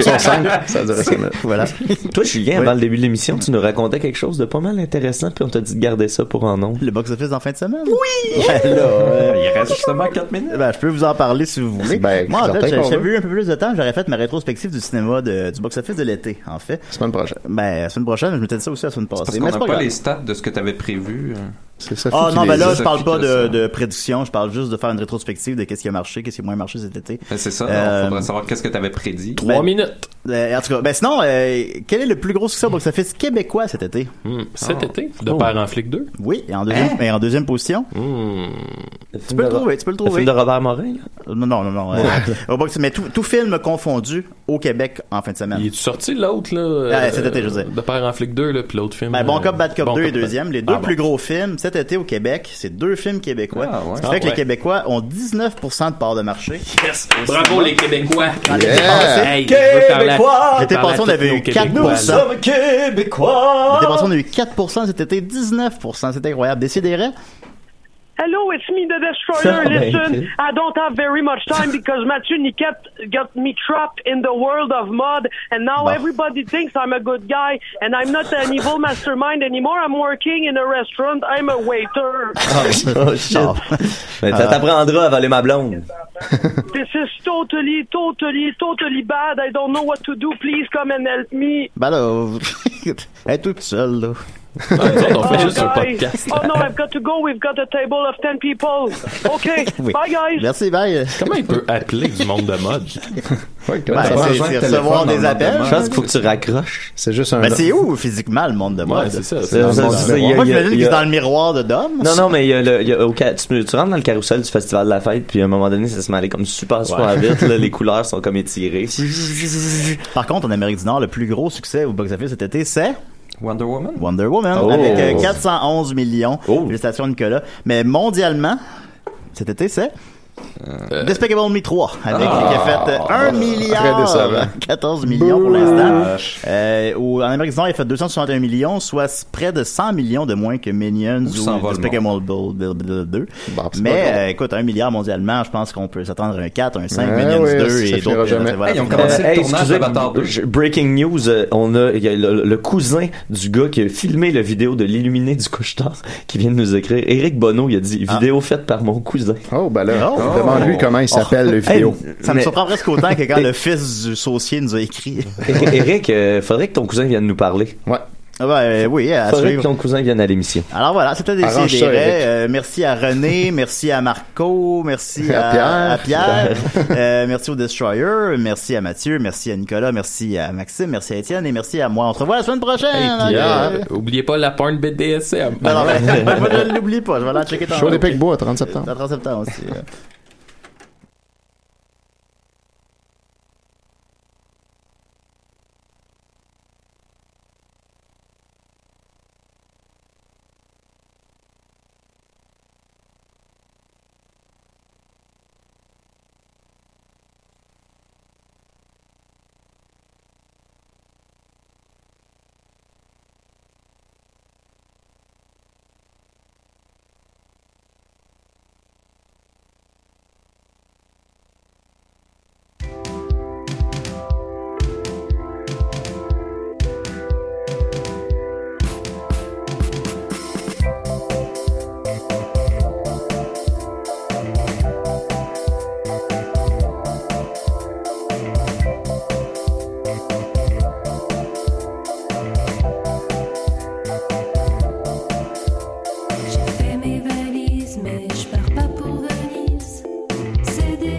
Speaker 7: sont cinq, ça durait cinq minutes.
Speaker 6: Voilà.
Speaker 4: Toi, Julien,
Speaker 6: Oui.
Speaker 4: avant le début de l'émission, tu nous racontais quelque chose de pas mal intéressant, puis on t'a dit de garder ça pour en ondes.
Speaker 6: Le box-office en fin de semaine? Oui! Alors, euh,
Speaker 9: Il reste justement 4 minutes.
Speaker 6: Ben, je peux vous en parler si vous voulez.
Speaker 7: Ben,
Speaker 6: Moi, en
Speaker 7: certain
Speaker 6: fait,
Speaker 7: qu'on
Speaker 6: j'avais
Speaker 7: veut.
Speaker 6: eu un peu plus de temps, j'aurais fait ma rétrospective du cinéma de- du box-office de l'été, en fait.
Speaker 7: Semaine prochaine.
Speaker 6: Ben, la semaine prochaine, je m'étais dit ça aussi la semaine passée.
Speaker 9: Parce qu'on
Speaker 6: mais
Speaker 9: n'a
Speaker 6: c'est
Speaker 9: pas,
Speaker 6: grave.
Speaker 9: les stats de ce que tu avais prévu. euh.
Speaker 7: C'est ça.
Speaker 6: Ah non, ben là, je
Speaker 9: Sophie
Speaker 6: parle pas
Speaker 9: qui a
Speaker 6: de,
Speaker 9: ça.
Speaker 6: de prédiction, je parle juste de faire une rétrospective de qu'est-ce qui a marché, qu'est-ce qui a moins marché cet été.
Speaker 9: Ben, C'est ça,
Speaker 6: Euh,
Speaker 9: il faudrait savoir qu'est-ce que tu avais prédit.
Speaker 8: Trois
Speaker 6: Ben-
Speaker 8: minutes
Speaker 6: Euh, en tout cas, ben sinon, euh, quel est le plus gros succès au box-office québécois cet été?
Speaker 8: Hmm, cet été, de Père en flic Hmm. 2.
Speaker 6: Ah. Oh. Oui, et en deuxième, et en deuxième position.
Speaker 4: Tu
Speaker 6: peux le trouver, tu peux le trouver.
Speaker 4: film Hein? de Robert Morin, là?
Speaker 6: Euh, Non, non, non, non. euh, au box mais tout, tout film confondu au Québec en fin de semaine.
Speaker 8: Il est sorti l'autre, là euh,
Speaker 6: Ah, cet été, je veux dire.
Speaker 8: De Père en flic 2, là, puis l'autre film.
Speaker 6: Ben, Bon
Speaker 8: euh,
Speaker 6: Cop, Bad Cop
Speaker 8: Bon
Speaker 6: 2 est
Speaker 8: Bad-
Speaker 6: deuxième. Les deux
Speaker 8: Ah, bon.
Speaker 6: plus gros films cet été au Québec, c'est deux films québécois.
Speaker 9: Ah, ouais.
Speaker 6: Ce qui fait
Speaker 8: Ah,
Speaker 6: que
Speaker 8: ouais.
Speaker 6: les Québécois ont 19% de part de marché.
Speaker 8: Yes! Bravo, les Québécois!
Speaker 6: Ah,
Speaker 7: Yeah.
Speaker 8: Hey, je veux parler à- je veux
Speaker 6: L'été
Speaker 8: parler à
Speaker 6: passé, on
Speaker 8: tous nos
Speaker 6: avait eu
Speaker 8: Québécois,
Speaker 6: 4%.
Speaker 8: là.
Speaker 4: Québécois!
Speaker 6: L'été passé, on a eu 4% cet été, 19%. C'était incroyable. Décidérez.
Speaker 11: Hello, it's me, the destroyer.
Speaker 4: Oh, man.
Speaker 11: Listen, I don't have very much time because Mathieu Niquette got me trapped in the world of mud, and now
Speaker 6: Bah.
Speaker 11: everybody thinks I'm a good guy, and I'm not an evil mastermind anymore. I'm working in a restaurant. I'm a waiter.
Speaker 7: Ah,
Speaker 6: Ah,
Speaker 4: Oh, shit.
Speaker 6: Non.
Speaker 4: Ben,
Speaker 6: Ah.
Speaker 4: ça t'apprendra à valer ma blonde.
Speaker 11: this is totally, totally, totally bad. I don't know what to do. Please come and help me.
Speaker 6: Ben là, elle est toute seule, là.
Speaker 8: Ah, nous autres, on fait
Speaker 11: Oh,
Speaker 8: juste un
Speaker 11: guys.
Speaker 8: podcast.
Speaker 11: oh no, I've got to go. We've got a table of 10 people. Okay,
Speaker 6: Oui.
Speaker 11: bye, guys.
Speaker 6: Merci, bye.
Speaker 8: Comment il peut appeler du monde de mode?
Speaker 7: Ouais,
Speaker 6: Ben,
Speaker 7: comment ça
Speaker 6: c'est-
Speaker 7: passe?
Speaker 9: besoin de
Speaker 6: c'est
Speaker 9: téléphone
Speaker 6: recevoir
Speaker 9: dans
Speaker 6: des
Speaker 9: le
Speaker 6: appels.
Speaker 9: monde
Speaker 4: Je pense qu'il faut que tu raccroches.
Speaker 7: C'est juste un.
Speaker 6: Ben, c'est où physiquement le monde de mode?
Speaker 8: Ouais, c'est ça. C'est
Speaker 4: C'est- c'est-
Speaker 8: dans le
Speaker 4: c'est-
Speaker 8: monde de
Speaker 4: il y a-
Speaker 8: mode.
Speaker 6: Moi,
Speaker 4: il y a-
Speaker 6: j'imagine que
Speaker 4: il y a-
Speaker 6: c'est dans le miroir de Dom.
Speaker 4: Non, non, mais il y a le, il y a- au ca- tu, tu rentres dans le carrousel du Festival de la Fête, puis à un moment donné, ça se met à aller comme super, super vite. Là, les couleurs sont comme étirées.
Speaker 6: Par contre, en Amérique du Nord, le plus gros succès au box-office cet été, c'est
Speaker 9: Wonder Woman?
Speaker 6: Wonder Woman,
Speaker 4: Oh.
Speaker 6: avec euh, 411 millions.
Speaker 4: Oh.
Speaker 6: Félicitations, Nicolas. Mais mondialement, cet été, c'est Euh, Despicable Me 3, avec,
Speaker 2: Ah.
Speaker 6: qui a fait euh, 1
Speaker 2: Très
Speaker 6: milliard,
Speaker 2: décevant.
Speaker 6: 14 millions pour l'instant. Euh, au- en Amérique du Nord, il a fait 261 millions, soit près de 100 millions de moins que Minions
Speaker 9: Où s'en
Speaker 6: ou
Speaker 9: va le
Speaker 6: Despicable Me 2.
Speaker 4: Bah,
Speaker 9: c'est
Speaker 6: Mais
Speaker 9: pas grave.
Speaker 6: euh, écoute, 1 milliard mondialement, je pense qu'on peut s'attendre à un 4, un 5,
Speaker 4: Ah
Speaker 6: Minions
Speaker 4: oui,
Speaker 6: 2
Speaker 4: ça
Speaker 6: et
Speaker 4: finira
Speaker 6: d'autres.
Speaker 4: jamais.
Speaker 6: euh, voilà,
Speaker 4: Hey,
Speaker 6: ça
Speaker 4: on
Speaker 6: finira-
Speaker 4: commence- Hey, excusez, je- breaking news, euh, on a, il y a le, le cousin du gars qui a filmé la vidéo de l'illuminé du couche-tard qui vient de nous écrire. Éric Bonneau, il a dit vidéo faite par mon cousin.
Speaker 7: Ah.
Speaker 4: Oh.
Speaker 7: Oh, ben là, demande-lui comment il s'appelle, le vidéo.
Speaker 6: Oh. Ça me
Speaker 4: Mais-
Speaker 6: surprend presque autant que quand le fils du saucier nous a écrit.
Speaker 4: Éric, euh, faudrait que ton cousin vienne nous parler.
Speaker 7: Ouais.
Speaker 6: Ah ben, euh, oui, à
Speaker 4: faudrait
Speaker 6: suivre.
Speaker 4: que ton cousin vienne à l'émission.
Speaker 6: Alors voilà, c'était des
Speaker 4: Arrange ça,
Speaker 6: CDR.
Speaker 4: Eric.
Speaker 6: Euh, merci à René, merci à Marco, merci à,
Speaker 4: À Pierre.
Speaker 6: à Pierre, euh, merci au Destroyer, merci à Mathieu, merci à Nicolas, merci à Maxime, merci à Étienne et merci à moi. On se revoit la semaine prochaine.
Speaker 8: Hey, puis,
Speaker 6: Euh,
Speaker 8: euh, oubliez pas la porn BDSM.
Speaker 6: non, non, ben, moi, je ne l'oublie pas, je vais aller en checker tantôt.
Speaker 7: Show des Picbois, 30 septembre.
Speaker 6: C'est à 30 septembre aussi. euh.